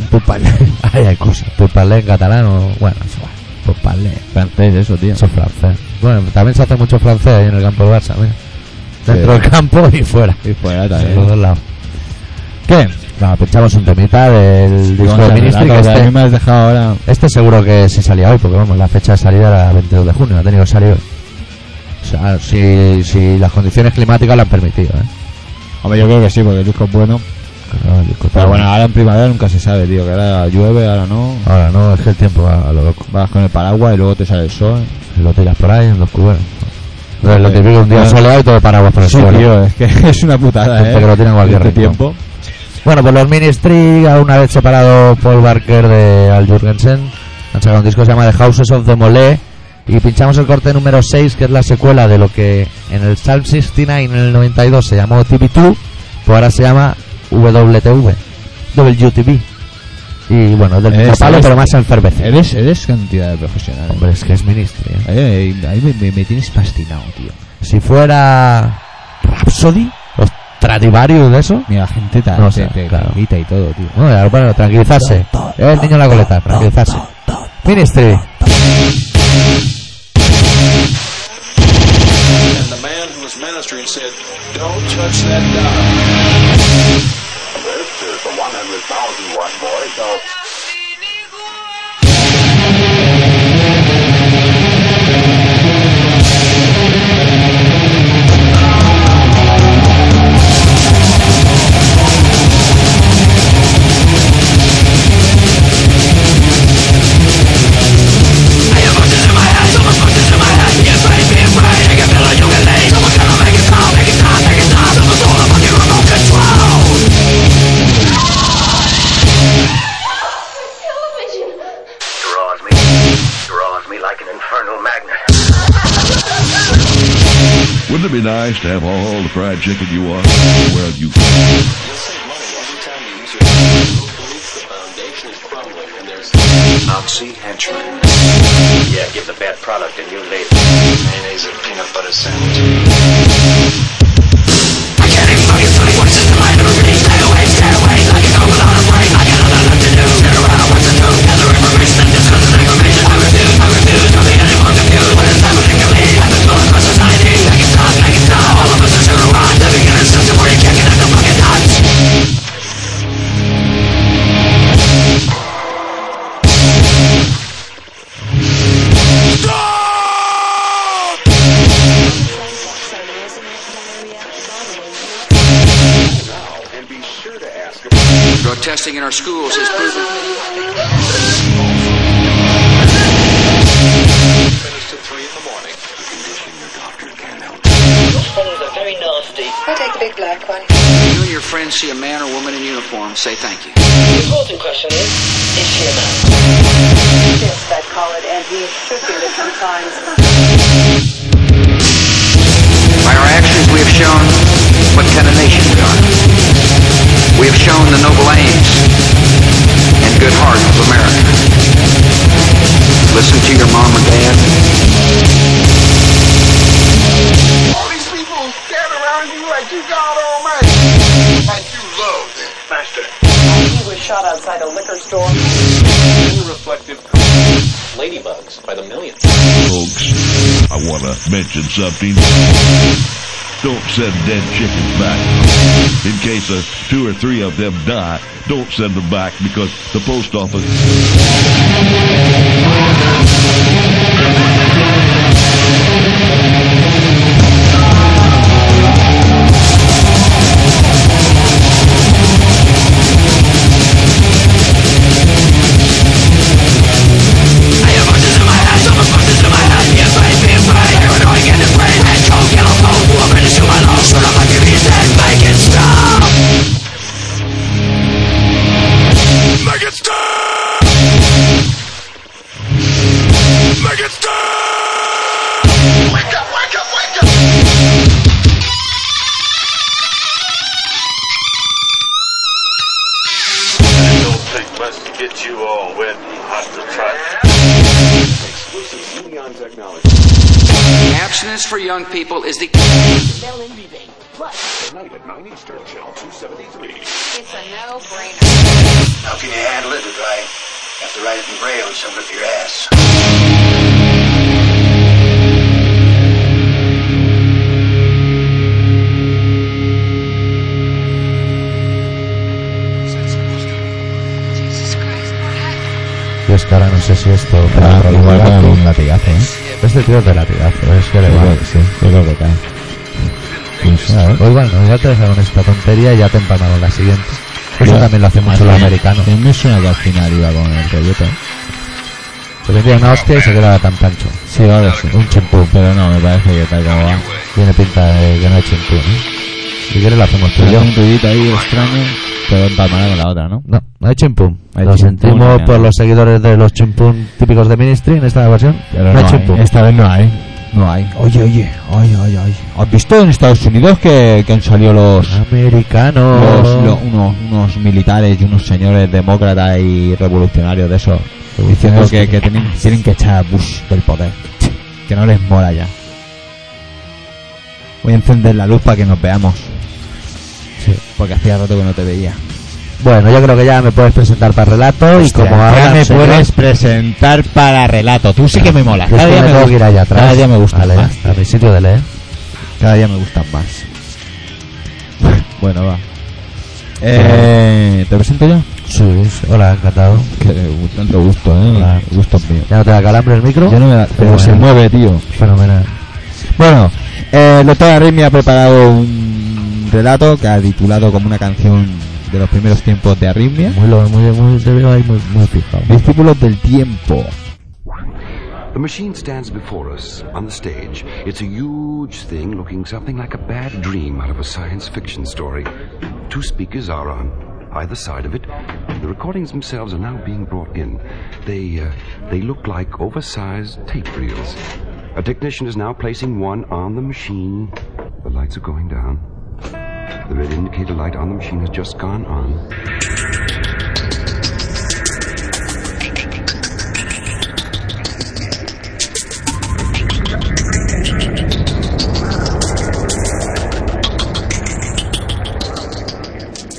un pulpalé. Ahí hay cosas. Pulparlé en catalán o... Bueno, eso va. Pulpalé. Francés, eso, tío. Eso es francés. Bueno, también se hace mucho francés ahí en el campo de Barça, mira. Dentro Sí. del campo y fuera. Y fuera Por los también. dos lados. ¿Qué? Nada, pinchamos un temita del disco de Ministry que a mí este, me has dejado ahora. este seguro que sí salía hoy, porque vamos, la fecha de salida era 22 de junio, ha tenido que salir hoy. O sea, si, si las condiciones climáticas lo han permitido, ¿eh? Hombre, yo creo que sí, porque el disco es bueno. Claro, el disco está Pero bueno, bueno. ahora en primavera nunca se sabe, tío. Que ahora llueve, ahora no. ahora no, es que el tiempo va a lo loco. Vas con el paraguas y luego te sale el sol. Lo tiras por ahí en los cuberos. Entonces, lo Sí. típico, un día Bueno. soleado y todo paraguas por el Sí, suelo. tío, es que es una putada, Gente eh. Pues que lo tiene en cualquier Este rincón. tiempo. Bueno, pues los Ministry, a una vez separado Paul Barker de Al Jurgensen, han sacado un disco que se llama The Houses of the Molé y pinchamos el corte número 6, que es la secuela de lo que en el Psalm 69 en el 92 se llamó TV2, pues ahora se llama WTV, WTV. Y bueno, es del mismo Es- palo, es- pero más enfervecente. Eres, eres cantidad de profesional. Hombre, es que es Ministry. ¿eh? Eh, ahí me, me- me tienes fascinado, tío. Si fuera Rhapsody o Stradivarius de eso, Mira, la gente ta- No te, sé, te claro. grita y todo, tío. bueno, ya, bueno, tranquilizarse. El niño en la coleta, tranquilizarse. Ministry. And the man who was ministering said, Don't touch that dial. This is the 100,000 watt voice of Somos fuertes en my head, somos fuertes en my head. Get paid, be paid, I can feel it, you can lay. Somos que no me quitamos. Wouldn't it be nice to have all the fried chicken you want where you from? You'll save money every time you use your The foundation is crumbling and there's Nazi henchmen. Yeah, give the bad product a new label. Mayonnaise and peanut butter sandwich. Drug testing in our schools has proven. Finished at 3 in the morning. I'll take the big black one. You and your friends see a man or woman in uniform, say thank you. Yes, I call it, and he should do it sometimes. By our actions, we have shown what kind of nation we are. We have shown the noble aims and good heart of America. Listen to your mom and dad. All these people gather around you like you God Almighty. Like you love them. Master. He was shot outside a liquor store. Ladybugs by the millions. Folks, I want to mention something. Don't send dead chickens back. In case of two or three of them die, don't send them back because the post office Wake up, wake up, wake up! It don't take much to get you all wet and hot to try. Exclusive neon technology. Abstinence for young people is the Tonight at 9 Eastern, Channel 273. It's a no-brainer. How can you handle it if I have to write it in braille and shove it up your ass? Jesus Christ, what happened? Yo es que ahora no sé si esto. Ah, pero igual igual cae tú- un latigazo, ¿eh? Este tío es de latigazo, es que le Yo va. creo que sí, yo creo que cae. No sé, a ver. O igual no, ya te dejaron esta tontería y ya te empanaron la siguiente. Eso Yo- también lo hacen mucho los americanos. A mí me suena que al final iba con el Toyota. Se vendía una hostia y se quedaba tan pancho. Sí, ahora sí. Un chimpú, pero no, me parece que tal como va. Tiene pinta de que no es chimpú, ¿eh? Si quieres lo hacemos tú. Pero un ruidito ahí extraño, pero empalmada con la otra, ¿no? No, no hay chimpum. No hay Lo chimpún, sentimos ya. por los seguidores de los chimpum típicos de Ministry en esta versión. Pero no, hay hay. chimpún. Esta vez no hay. No hay. Oye, oye, oye, oye, oye. ¿Has visto en Estados Unidos que, que han salido los, Americano. los- lo- unos, unos militares y unos señores demócratas y revolucionarios de esos diciendo que, que tienen, tienen que echar a Bush del poder? Que no les mola ya. Voy a encender la luz para que nos veamos. Sí, porque hacía rato que no te veía. Bueno, yo creo que ya me puedes presentar para relato y como Ahora ahora me no sé puedes qué, presentar para relato. Tú sí que me molas. yo es Cada que día me me, tengo que ir gustas- allá atrás. cada día me gustas Vale, más. A mi sitio de leer. Cada día me gustan más. bueno, va. Eh, ¿Te presento yo? Sí, sí, Pues, hola, encantado. Que tanto gusto, ¿eh? Hola. Gusto mío. Ya no te da calambre el micro. Yo no me da- pero Fenomenal. se mueve, tío. Fenomenal. Bueno, eh, el doctor Arrim me ha preparado un relato que ha titulado como una canción de los primeros tiempos de Arritmia. Muy, lo- muy, muy, te veo ahí muy, muy fijado. Discípulos del tiempo. The machine stands before us on the stage. It's a huge thing looking something like a bad dream out of a science fiction story. Two speakers are on either side of it. The recordings themselves are now being brought in. They uh, they look like oversized tape reels. A technician is now placing one on the machine The lights are going down. The red indicator light on the machine has just gone on.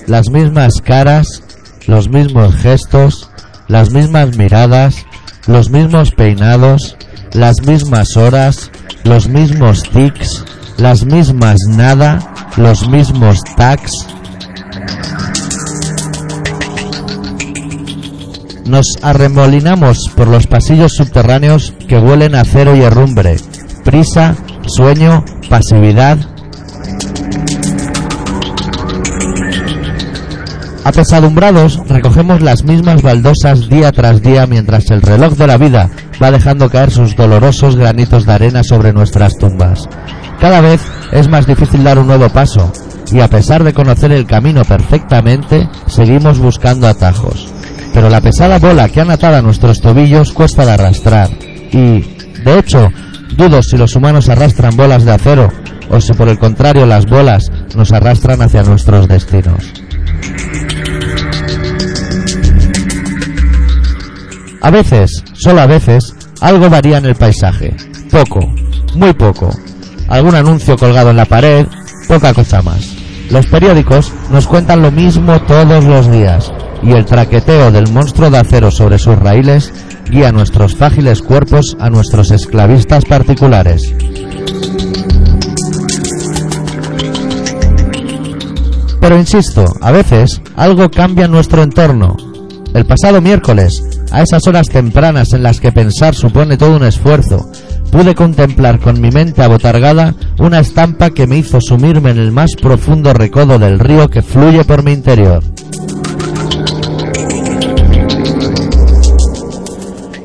Las mismas caras, los mismos gestos, las mismas miradas, los mismos peinados, las mismas horas, los mismos tics, las mismas nada, los mismos tags. Nos arremolinamos por los pasillos subterráneos que huelen a cero y herrumbre, prisa, sueño, pasividad. Apesadumbrados, recogemos las mismas baldosas día tras día mientras el reloj de la vida va dejando caer sus dolorosos granitos de arena sobre nuestras tumbas. Cada vez es más difícil dar un nuevo paso, y a pesar de conocer el camino perfectamente, seguimos buscando atajos. Pero la pesada bola que han atado a nuestros tobillos cuesta de arrastrar, y, de hecho, dudo si los humanos arrastran bolas de acero, o si por el contrario las bolas nos arrastran hacia nuestros destinos. A veces, solo a veces, algo varía en el paisaje. Poco, muy poco. Algún anuncio colgado en la pared, poca cosa más. Los periódicos nos cuentan lo mismo todos los días y el traqueteo del monstruo de acero sobre sus raíles guía nuestros fágiles cuerpos a nuestros esclavistas particulares. Pero insisto, a veces algo cambia en nuestro entorno. El pasado miércoles, a esas horas tempranas en las que pensar supone todo un esfuerzo, pude contemplar con mi mente abotargada una estampa que me hizo sumirme en el más profundo recodo del río que fluye por mi interior.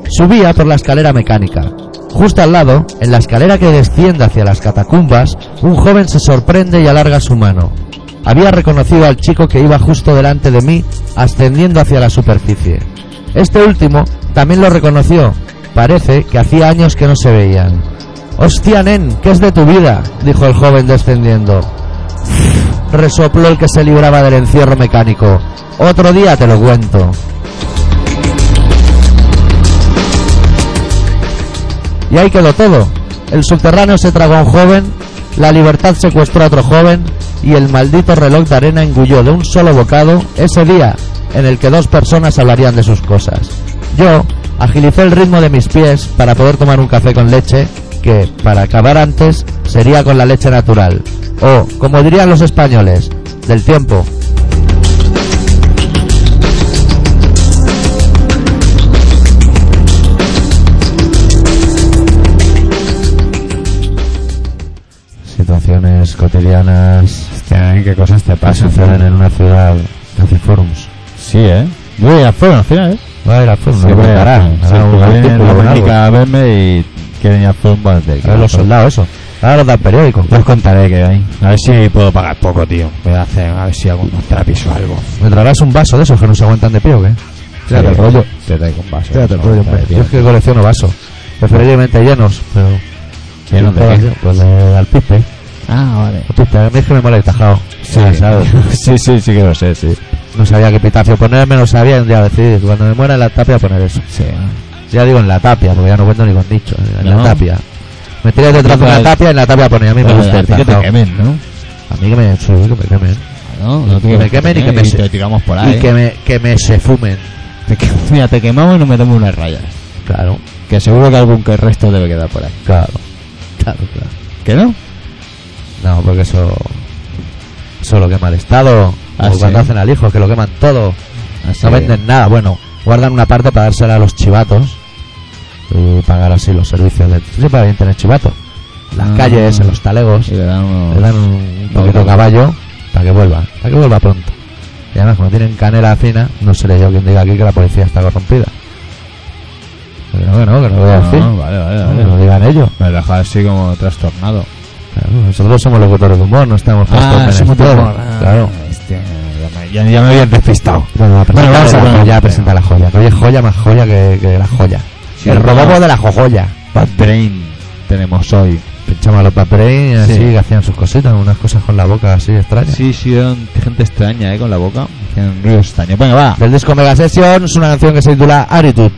Subía por la escalera mecánica. Justo al lado, en la escalera que desciende hacia las catacumbas, un joven se sorprende y alarga su mano. Había reconocido al chico que iba justo delante de mí, ascendiendo hacia la superficie. Este último también lo reconoció. Parece que hacía años que no se veían. ¡Hostia, nen! ¿Qué es de tu vida? dijo el joven descendiendo. Resopló el que se libraba del encierro mecánico. Otro día te lo cuento. Y ahí quedó todo. El subterráneo se tragó a un joven, la libertad secuestró a otro joven y el maldito reloj de arena engulló de un solo bocado ese día en el que dos personas hablarían de sus cosas. Yo agilicé el ritmo de mis pies para poder tomar un café con leche que, para acabar antes, sería con la leche natural. O, como dirían los españoles, del tiempo. Situaciones cotidianas Hostia, ¿eh? ¿qué cosas te que pasan? suceden en una ciudad hace forums. Sí, ¿eh? Yo voy a fuera al final, ¿eh? Va a ir a forum, Siempre lo contará, a- hará un siempre vienen artículo a con algo. Bélgica a verme y quieren ir a fuera un buen hotel. A ver los soldados, eso. Ahora los del periódico. Os contaré que hay. A ver si puedo pagar poco, tío. Voy a hacer, a ver si hago unos trapis o algo. Pues ¿Me traerás un vaso de esos que no se aguantan de pie o qué? Tírate el rollo. Te traigo un vaso. Tírate el No, rollo, no, hombre. tío. Yo es que colecciono vasos. Preferiblemente llenos, pero... ¿Llenos de qué? Pues de alpiste. Ah, vale. Alpiste, a mí es que me mola el tajado. Sí, Ya ¿sabes? sabes. sí, sí, sí que lo sé, sí. No sabía qué epitafio ponerme, no sabía y un día decidí. Cuando me muera en la tapia poner eso. Sí. Ya digo en la tapia, porque ya no cuento ni con dicho. En No. la tapia. Me tiré detrás de una Vale. tapia y en la tapia ponía. A mí me gusta el que te tajado. quemen, ¿no? A mí que me, sí, que me quemen. No, no Que me quemen y que me... y se- te tiramos por ahí. Y que me, que me se fumen. Te que- Mira, te quemamos y nos metemos unas rayas. Claro, Que seguro que algún que resto debe quedar por ahí. claro. Claro, claro. ¿Que no? No, porque eso. Eso lo quema el Estado. Ah, o sí. cuando hacen al hijo, que lo queman todo. Así No que- venden nada. Bueno, guardan una parte para dársela a los chivatos. Y pagar así los servicios de. Siempre bien tener chivato. Las Ah. calles, en los talegos. Y le dan unos... Le dan un, un poquito de caballo para que vuelva. Para que vuelva pronto. Y además, como tienen canela fina, no seré yo quien diga aquí que la policía está corrompida. Pero no, que no, que no lo voy a decir. No, vale, vale, No, vale. que lo digan ellos. Me lo dejaba así como trastornado. Claro, nosotros somos locutores de humor, no Ah, estamos puestos en esto. Claro. ya, me habían despistado. Bueno, va, presenta vamos a la poner- joya, presenta la joya. Que hoy es joya más joya que, que la joya. Sí, el no. robobo de la jojoya. Bad Brain tenemos hoy. llama? Los Paperín, así, que hacían sus cositas, unas cosas con la boca así extrañas. Sí, sí, eran gente extraña, ¿eh? Con la boca. Hacían ruidos extraños. Venga, va. Del disco Mega Sessions, una canción que se titula Attitude.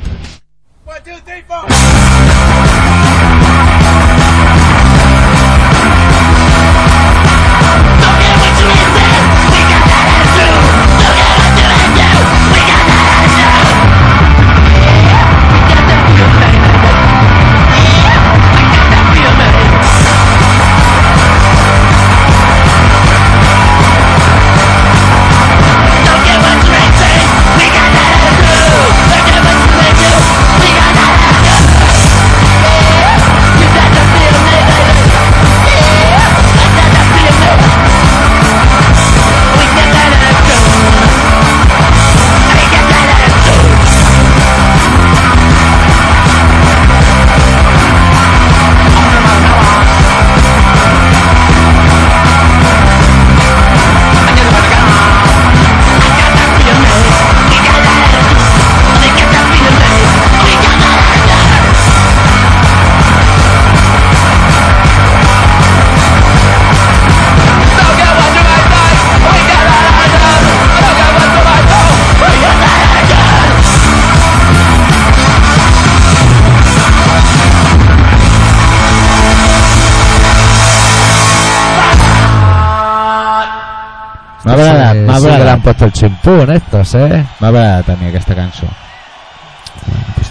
Más barata, Pues Sí, más sí que le barata. han puesto el chimpún estos, ¿eh? Más barata, mía, que está canso.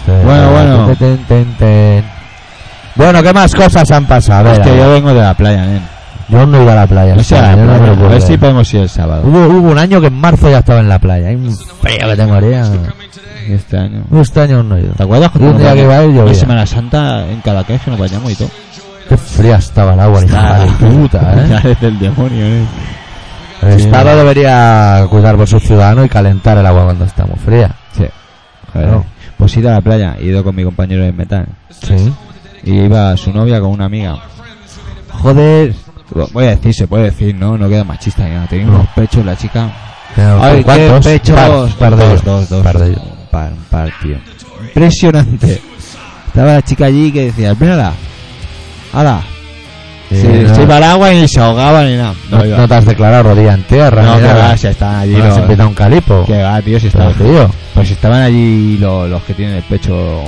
Pues Bueno, bueno. Bueno, ¿qué más cosas han pasado? A ver, Hostia, a ver. yo vengo de la playa, nen. Yo no iba a la playa. O sea, sí, yo no me a recuerdo. ver si podemos ir el sábado. hubo, hubo un año que en marzo ya estaba en la playa. Hay un frío que te moría. Y Este año. Este año aún no he ido. ¿Te acuerdas Un día nos que iba a ir, bañamos? llovía. En Semana Santa en Cadaqués que nos bañamos y todo. Qué fría estaba el agua, hija de puta, ¿eh? Ya eres del demonio, ¿eh? El Sí. Estado debería cuidar por sus ciudadanos y calentar el agua cuando está muy fría. Sí. Joder. Claro. Pues he ido a la playa, he ido con mi compañero de metal. Sí. Y iba su novia con una amiga. Joder. Lo- Voy a decir, se puede decir, ¿no? No queda machista ya. Tenía unos pechos la chica. Ay, ¿Cuántos? qué pechos. Par, par de ellos. dos, dos, dos. Par de ellos. Un par, un par, tío. Impresionante. Estaba la chica allí que decía, mírala. Hala. Sí, se, no. se iba al agua y ni se ahogaba ni nada. No, iba. no te has declarado rodilla en tierra. No, ni que nada. va, si están allí No has los- invitado un calipo. Que va, tío, si Pero, estaban, tío. pues estaban allí los, los que tienen el pecho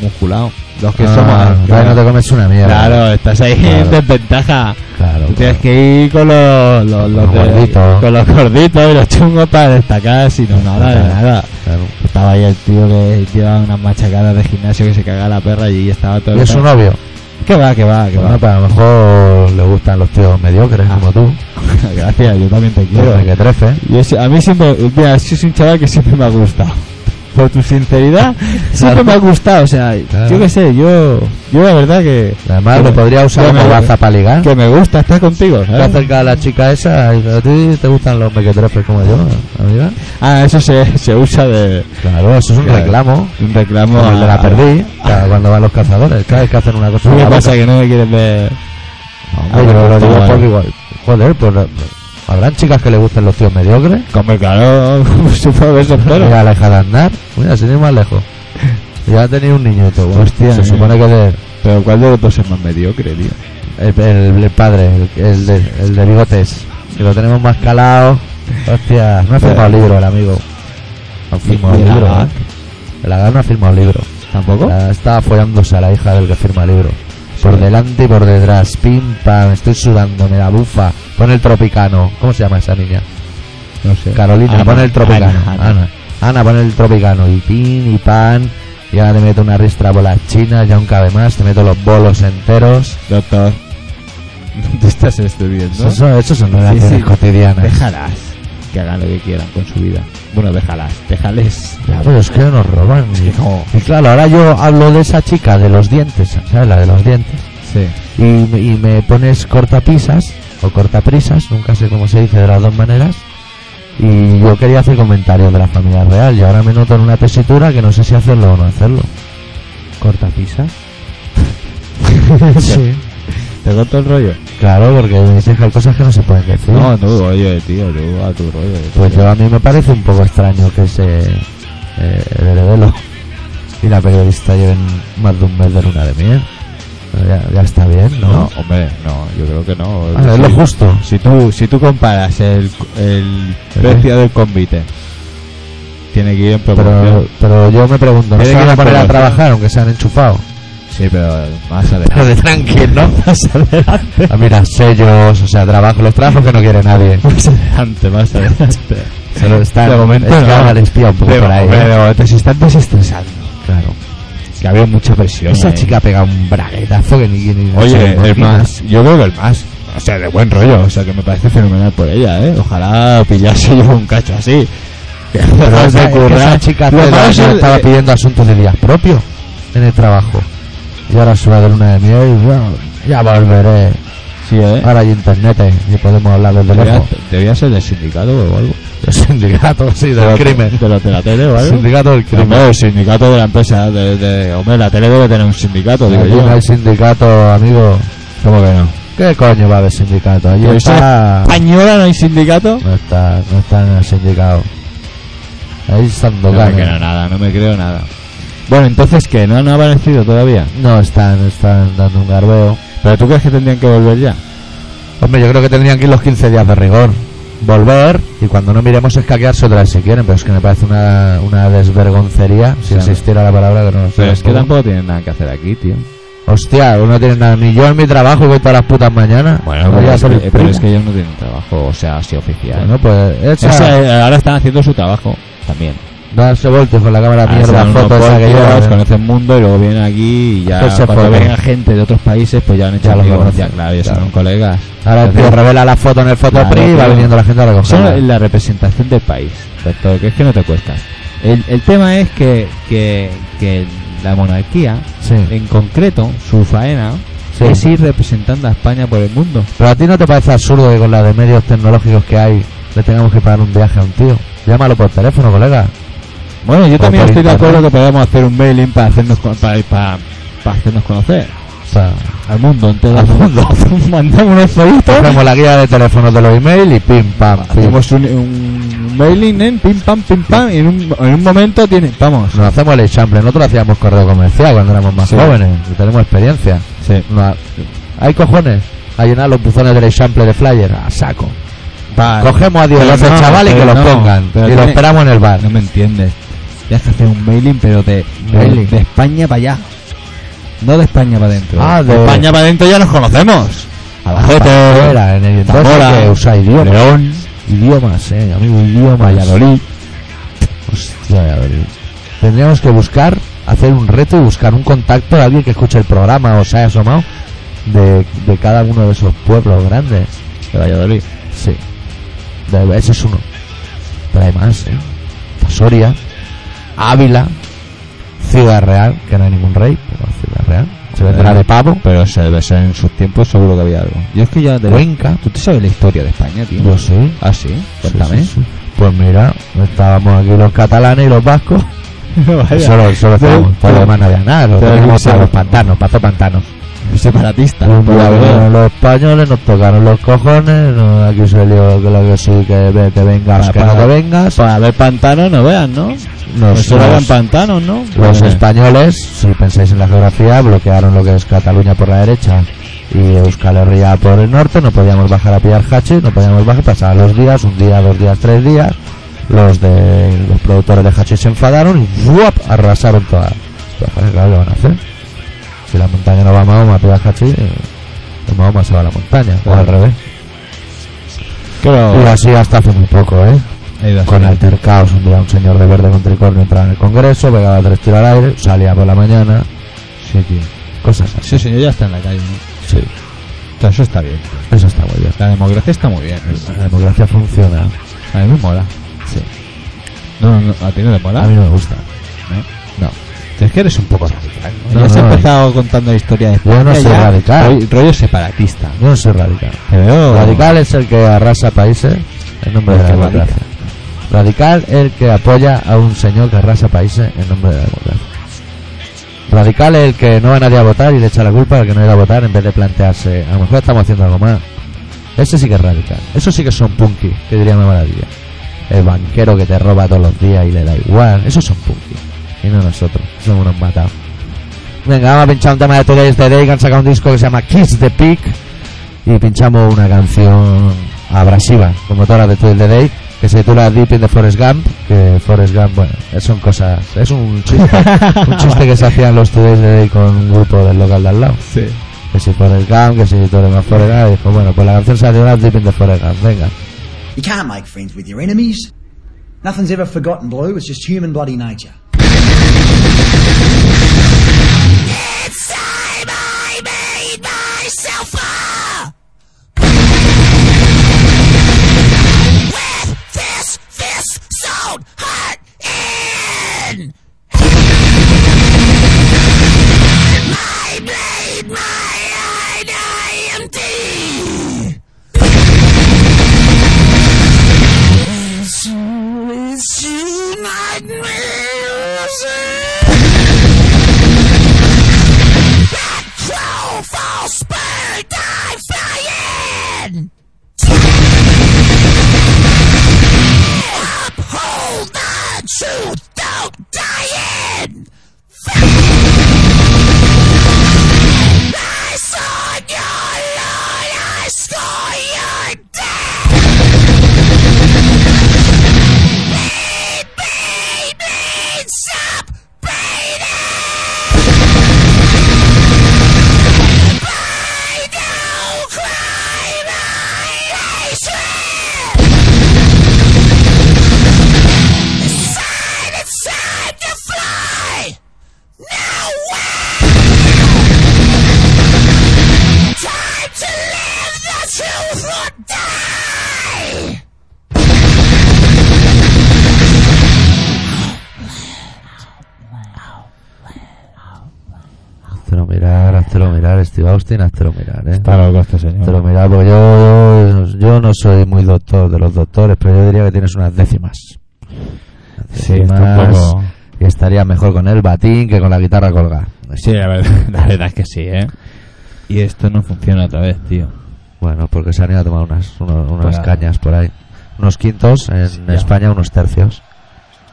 musculado. Los que Ah, somos. claro, no te comes una mierda. Claro, estás ahí Claro. en desventaja. Claro. Tú tienes que ir con los, los, Con los los de- gorditos. con los gorditos y los chungos para destacar, si no, nada, de nada. Claro. Estaba ahí el tío que llevaba unas machacadas de gimnasio que se cagaba la perra y estaba todo Y el es su rato- novio. Que va, que va, que va. Bueno, pues a lo mejor le gustan los tíos mediocres como tú. Gracias, Ah, yo también te quiero. Desde que trefe. Yo sí- a mí siempre, mira, sí es un chaval que siempre me ha gustado. Por tu sinceridad, siempre me ha gustado. O sea, Claro. yo qué sé, yo, yo la verdad que, Además, Que lo me- podría usar que como me- baza para ligar. que me gusta estar contigo, Te ¿sabes? acerca a la chica esa y dice, a ti te gustan los mequetrefes como yo, amiga. Ah, eso se, se usa de Claro, eso es un Claro. reclamo. un reclamo. Como el de a- la perdí, claro, cuando van los cazadores, cada vez que hacen una cosa. ¿Qué con la pasa boca. que no me quieres ver? Ah, Hombre, yo lo digo Bueno. porque igual. Joder, pues eh, habrán chicas que le gusten los tíos mediocres. Come claro, supongo que son todos. Mira, Aleja de Aznar. Mira, sin ir más lejos. Ya ha tenido un niñito. Bueno, Hostia, se eh. supone que de- Pero ¿cuál de los dos es más mediocre, tío? el, el- el padre, el, el de, el de bigotes, que lo tenemos más calado. Hostia, no ha firmado libro el amigo. No ha firmado ¿Y el libro. Agar? ¿eh? El Agar no ha firmado libro. ¿Tampoco? Ah, Está follándose a la hija del que firma libro. Por Sí. delante y por detrás. Pim, pam. Estoy sudando, me la bufa. Pon el tropicano. ¿Cómo se llama esa niña? Ah, No sé. Carolina, Ana, pon el Ah, tropicano. Ana, Ana, Ana. Ana, pon el tropicano. Y pin y pan. Y ahora te meto una ristra por las chinas. Ya aún cabe más. Te meto los bolos enteros. Doctor, te estás estudiando? Eso, eso- eso son relaciones sí. cotidianas. Déjalas que hagan lo que quieran con su vida. Bueno, déjalas, déjales. Ya, pues, Pero es que nos roban. Es que no. Y claro, ahora yo hablo de esa chica de los dientes. ¿Sabes? La de los dientes. Sí. y, y me pones cortapisas o cortaprisas, nunca sé cómo se dice de las dos maneras. Y yo quería hacer comentarios de la familia real y ahora me noto en una tesitura que no sé si hacerlo o no hacerlo. ¿Cortapisas? sí. ¿Te corto el rollo? Claro, porque me dicen que hay cosas que no se pueden decir. No, tú, oye, tío, tú, a tu rollo. Pues yo a mí me parece un poco extraño que se eh, el heredero y la periodista lleven más de un mes de luna de miel. Ya, ya está bien, ¿no? No, hombre, no, yo creo que no. Ah, es lo Sí. justo. Si tú, si tú comparas el, el ¿Eh? precio del convite, tiene que ir en Pero, proporción. pero yo me pregunto, ¿no Tiene se que van a ir poner a promoción. trabajar aunque sean enchufados? sí, pero más adelante. Pero de tranqui, ¿no? Más adelante. Ah, mira, sellos, o sea, trabajo, los trabajos que no quiere nadie. Más adelante, más adelante. Solo están, De momento es que no. ahora les pilla un poco De por ahí. momento, ¿eh? pero te están desestresando. Claro. Que había mucha presión. Esa ahí. chica pega un braguetazo que ni... ni no se lo Oye, es imagina. más, yo creo que el más. O sea, de buen rollo, o sea, que me parece fenomenal por ella, ¿eh? Ojalá pillase yo un cacho así. Pero Dejas de esa, currar. esa chica Lo hace malo dos es años el- estaba eh, pidiendo asuntos de días propio en el trabajo. Y ahora suba de luna de miel y bueno, ya volveré. Sí, ¿eh? Ahora hay internet eh, y podemos hablar desde Debía, lejos. debía ser del sindicato o algo. El sindicato, sí, del crimen. De, la- de la tele o El algo. sindicato del crimen. Hombre, el sindicato de la empresa. De, de- hombre, la tele debe tener un sindicato, digo Aquí yo. no hay sindicato, amigo. ¿Cómo que no? ¿Qué coño va a haber sindicato? Allí ¿En está... Española no hay sindicato? No está, no está en el sindicato. Ahí están No me Sandokan. creo nada, no me creo nada. Bueno, entonces que no, no ha aparecido todavía. No están, están dando un garbeo. Pero tú crees que tendrían que volver ya. Hombre, yo creo que tendrían que ir los 15 días de rigor. Volver y cuando no miremos escaquearse otra vez si quieren, pero es que me parece una, una desvergoncería, si Sí, existiera la palabra que no sé Pero es que cómo. tampoco tienen nada que hacer aquí, tío. Hostia, uno tiene nada, ni yo en mi trabajo voy todas las putas mañanas. Voy pero, a es ser que, eh, el pero primo. es que ellos no tienen trabajo, o sea, así oficial. Bueno, pues echa, Esa, eh, ahora están haciendo su trabajo también. darse vueltas con la cámara Ahora se mierda, dan unos foto esa que voltios, lleva. conocen mundo y luego vienen aquí y ya Hacerse cuando fotos. venga gente de otros países pues ya han hecho Ya los amigos, conocen, ya, claro, ya son claro. colegas. Ahora el tío Entonces, revela la foto en el foto Claro, y va claro. viniendo la gente a Solo recogerla. en la representación del país, doctor, que es que no te cuestas. El, el tema es que, que, que la monarquía, Sí. en concreto, su faena, Sí. es ir representando a España por el mundo. Pero a ti no te parece absurdo que con la de medios tecnológicos que hay le tengamos que pagar un viaje a un tío. Llámalo por teléfono, colega. Bueno, yo O también por estoy de internet. acuerdo que podemos hacer un mailing para hacernos con- para, para, para hacernos conocer O sea, al mundo entero. Al mundo. Mandamos unos folletos. cogemos la guía de teléfonos de los email y pim pam pim. Hacemos un, un mailing en pim pam pim pam y en un, en un momento tiene vamos Nos hacemos el ensamble, nosotros hacíamos correo comercial cuando éramos más Sí. jóvenes, y tenemos experiencia. sí. No ha- hay cojones a llenar los buzones del ensamble de flyer Ah, a Ah, saco. Cogemos a 10 Pero 12 no, chavales y que pero los no, pongan y pero los tiene- esperamos en el bar. Ah, no me entiendes tienes que hacer un mailing pero de, de- Mailing. de España para allá no de España para adentro Ah, de- España para adentro ya nos conocemos Ah, fuera, en el entonces Zamora, que usa idiomas. León Idiomas, eh, amigo, idiomas. Valladolid Hostia, Valladolid. Tendríamos que buscar, hacer un reto y buscar un contacto de alguien que escuche el programa o se haya asomado de, de cada uno de esos pueblos grandes. de Valladolid Sí. De- ese es uno. Pero hay más, ¿eh? Soria, Ávila, Ciudad Real, que no hay ningún rey, pero Ciudad Real. Se vende la de pavo. pero se debe ser en sus tiempos seguro que había algo yo es que ya de Cuenca. tú te sabes la historia de España tío Yo sí. ah sí cuéntame Sí, sí, sí. Pues mira, estábamos aquí los catalanes y los vascos. Vaya. Solo, solo Pero- estábamos. Por lo demás no había nada. Lo pero- teníamos pero- para los pantanos, para hacer pantanos. separatista Pues por la verdad. vinieron los españoles, nos tocaron los cojones. no, aquí salió que lo que sí, que ve- te vengas, Para- que Pues para- no te vengas. Para ver pantanos no vean, ¿no? Nos- Pues solo eran nos- pantanos, ¿no? Los Vale. españoles, si pensáis en la geografía, bloquearon lo que es Cataluña por la derecha y Euskal Herria por el norte. No podíamos bajar a pillar hache, no podíamos bajar. Pasaban los días, un día, dos días, tres días. Los de los productores de hache se enfadaron y ¡guap! arrasaron todas. Pues, claro, ¿qué van a hacer? Si la montaña no va a Mahoma a pillar hache, eh, Mahoma se va a la montaña, o al revés. Y Creo- así hasta hace muy poco, ¿eh? Ahí va, Con sí. altercados, un día un señor de verde con tricornio entraba en el Congreso, pegaba tres tiros al aire, salía por la mañana. Sí, tío. Cosas así. Sí, señor, ya está en la calle. ¿no? Sí. Claro, Eso está bien. Eso está muy bien. La democracia está muy bien. La democracia funciona. A mí me mola. Sí. No, no, a ti no te A mola. mí no me gusta. No. Es que eres un poco radical. ¿no? No, ya has no, empezado contando la historia de España. Yo no soy ya. radical. Roll- Rollo separatista. Yo no soy radical. Te veo- Radical es el que arrasa países en nombre de la Porque democracia. Radical es el que apoya a un señor que arrasa países en nombre de la democracia. Radical es el que no va nadie a votar y le echa la culpa al que no iba a votar en vez de plantearse, a lo mejor estamos haciendo algo más. Ese sí que es radical. Eso sí que son punky, que diría una maravilla. El banquero que te roba todos los días y le da igual. Esos son punky. Y no nosotros. Somos unos matados. Venga, vamos a pinchar un tema de Today's the Day, que han sacado un disco que se llama Kiss the Peak. Y pinchamos una canción abrasiva, como todas las de Today's the Day, que se titula Deep in the Forest Gump. Que Forest Gump, bueno, son cosas. Es un chiste, un chiste que se hacían los Today's the Day con un grupo del local de al lado. Sí. Que si Forest Gump, que si Today's the Forest Gump. Y dijo, bueno, pues la canción se titula Deep in the Forest Gump. Venga. You can't make friends with your enemies. Nothing's ever forgotten, Blue. It's just human bloody nature. It's time I made myself up with this fist sewn hard in. I made my IMD. It's, it's not music. That crow falls bird died flying. Uphold the truth, don't die in. I saw your Lord, I saw your death. He made me stop breathing. I now cry my hatred. It's time, it's time to fly. Now way. Time to live the truth or die. Hazlo mirar, hazlo mirar, Steve Austin, hazlo mirar, eh. Está loco este señor. Hazlo mirar, porque yo, yo, yo no soy muy doctor de los doctores, pero yo diría que tienes unas décimas. Unas Sí, está un décimas, poco- Y estaría mejor con el batín que con la guitarra colgada. Sí, la verdad, la verdad es que sí, ¿eh? Y esto no funciona otra vez, tío. Bueno, porque se han ido a tomar unas, uno- unas Claro. cañas por ahí. Unos quintos, en ya. España unos tercios.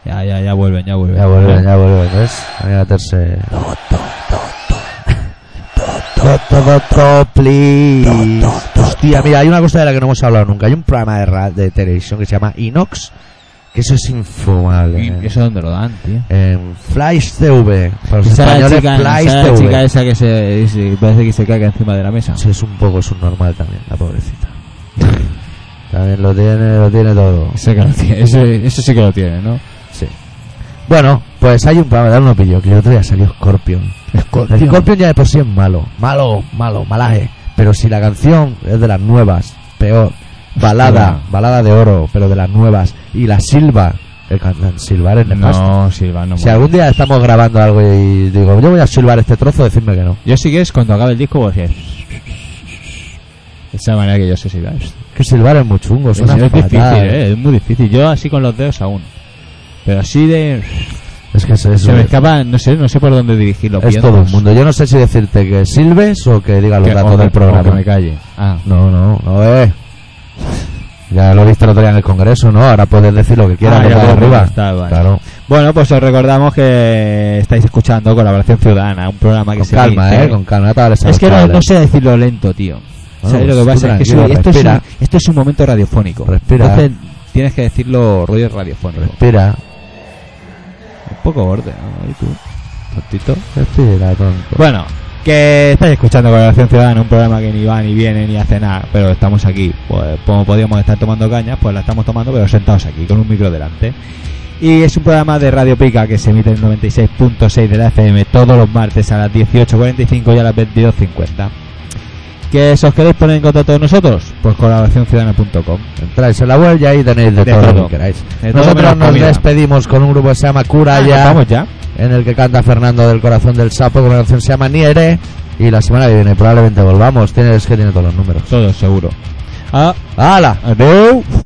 Ya, ya, ya vuelven, ya vuelven. Ya vuelven, ya vuelven, ¿ves? Hay que meterse... Doctor, please. Hostia, mira, hay una cosa de la que no hemos hablado nunca. Hay un programa de, ra- de televisión que se llama Inox, que eso es infumable. ¿Y ¿eh? eso dónde lo dan, tío? En Flash TV. Para los Esa es la españoles, chica, Flash esa es la TV. chica esa que se, se- parece que se caga encima de la mesa. Sí, es un poco subnormal también, la pobrecita. también lo tiene, lo tiene todo. Ese, que lo tiene, ese, ese sí que lo tiene, ¿no? Sí. Bueno, pues hay un programa, dar uno pillo, que el otro día salió Scorpion. Scorpion. Scorpion ya de por sí es malo. Malo, malo, malaje. Pero si la canción es de las nuevas, peor. Balada, Hostia. balada de oro, pero de las nuevas. Y la silva, el cantan silbar es nefasto. No, Silva, no. si mola. algún día estamos grabando algo y digo, yo voy a silbar este trozo, decirme que no. Yo sí que es cuando acabe el disco voy a decir... Esa manera que yo sé silbar. Es, Que silbar es muy chungo, es, suena fatal. difícil, ¿eh? Es muy difícil. Yo así con los dedos aún. Pero así de... Es que se, Se me escapa, no sé, no sé por dónde dirigirlo. es todo el mundo. Yo no sé si decirte que silbes o que diga los datos del programa. Que me calle. Ah, No, no, no eh. Ya lo viste el otro día en el Congreso, ¿no? Ahora puedes decir lo que quieras, Ah, no ya, te lo bueno, arriba. está, vale. Claro. Bueno, pues os recordamos que estáis escuchando Colaboración Ciudadana, un programa que Con se calma, emite- eh, con calma. no te hables a Es los que no, chavales. no sé decirlo lento, tío. Bueno, ¿Sabes lo que pues tú pasa? Es que tranquilo, soy- esto, es respira. un, esto es un momento radiofónico. Respira. Entonces tienes que decirlo rollo radiofónico. Respira, Un poco borde, ¿no? Ahí tú, tontito. respira, tonto. Bueno, que estáis escuchando Colaboración Ciudadana, un programa que ni va, ni viene, ni hace nada, pero estamos aquí. Pues como podíamos estar tomando cañas, pues la estamos tomando, pero sentados aquí, con un micro delante. Y es un programa de Radio Pica que se emite en 96.6 de la FM todos los martes a las 18.45 y a las 22.50. ¿Que si os queréis poner en contacto con nosotros? Pues colaboracionciudadana.com. Entráis en la web y ahí tenéis de, De todo, lo todo. que queráis. De todo Nosotros menos nos comida. Ah, despedimos con un grupo que se llama Curaya, ¿Vamos ya? en el que canta Fernando del Corazón del Sapo, con una canción que se llama Niere. Y la semana que viene probablemente volvamos. Tienes que tiene todos los números. Todos, seguro. Ah, ¡Hala! adiós.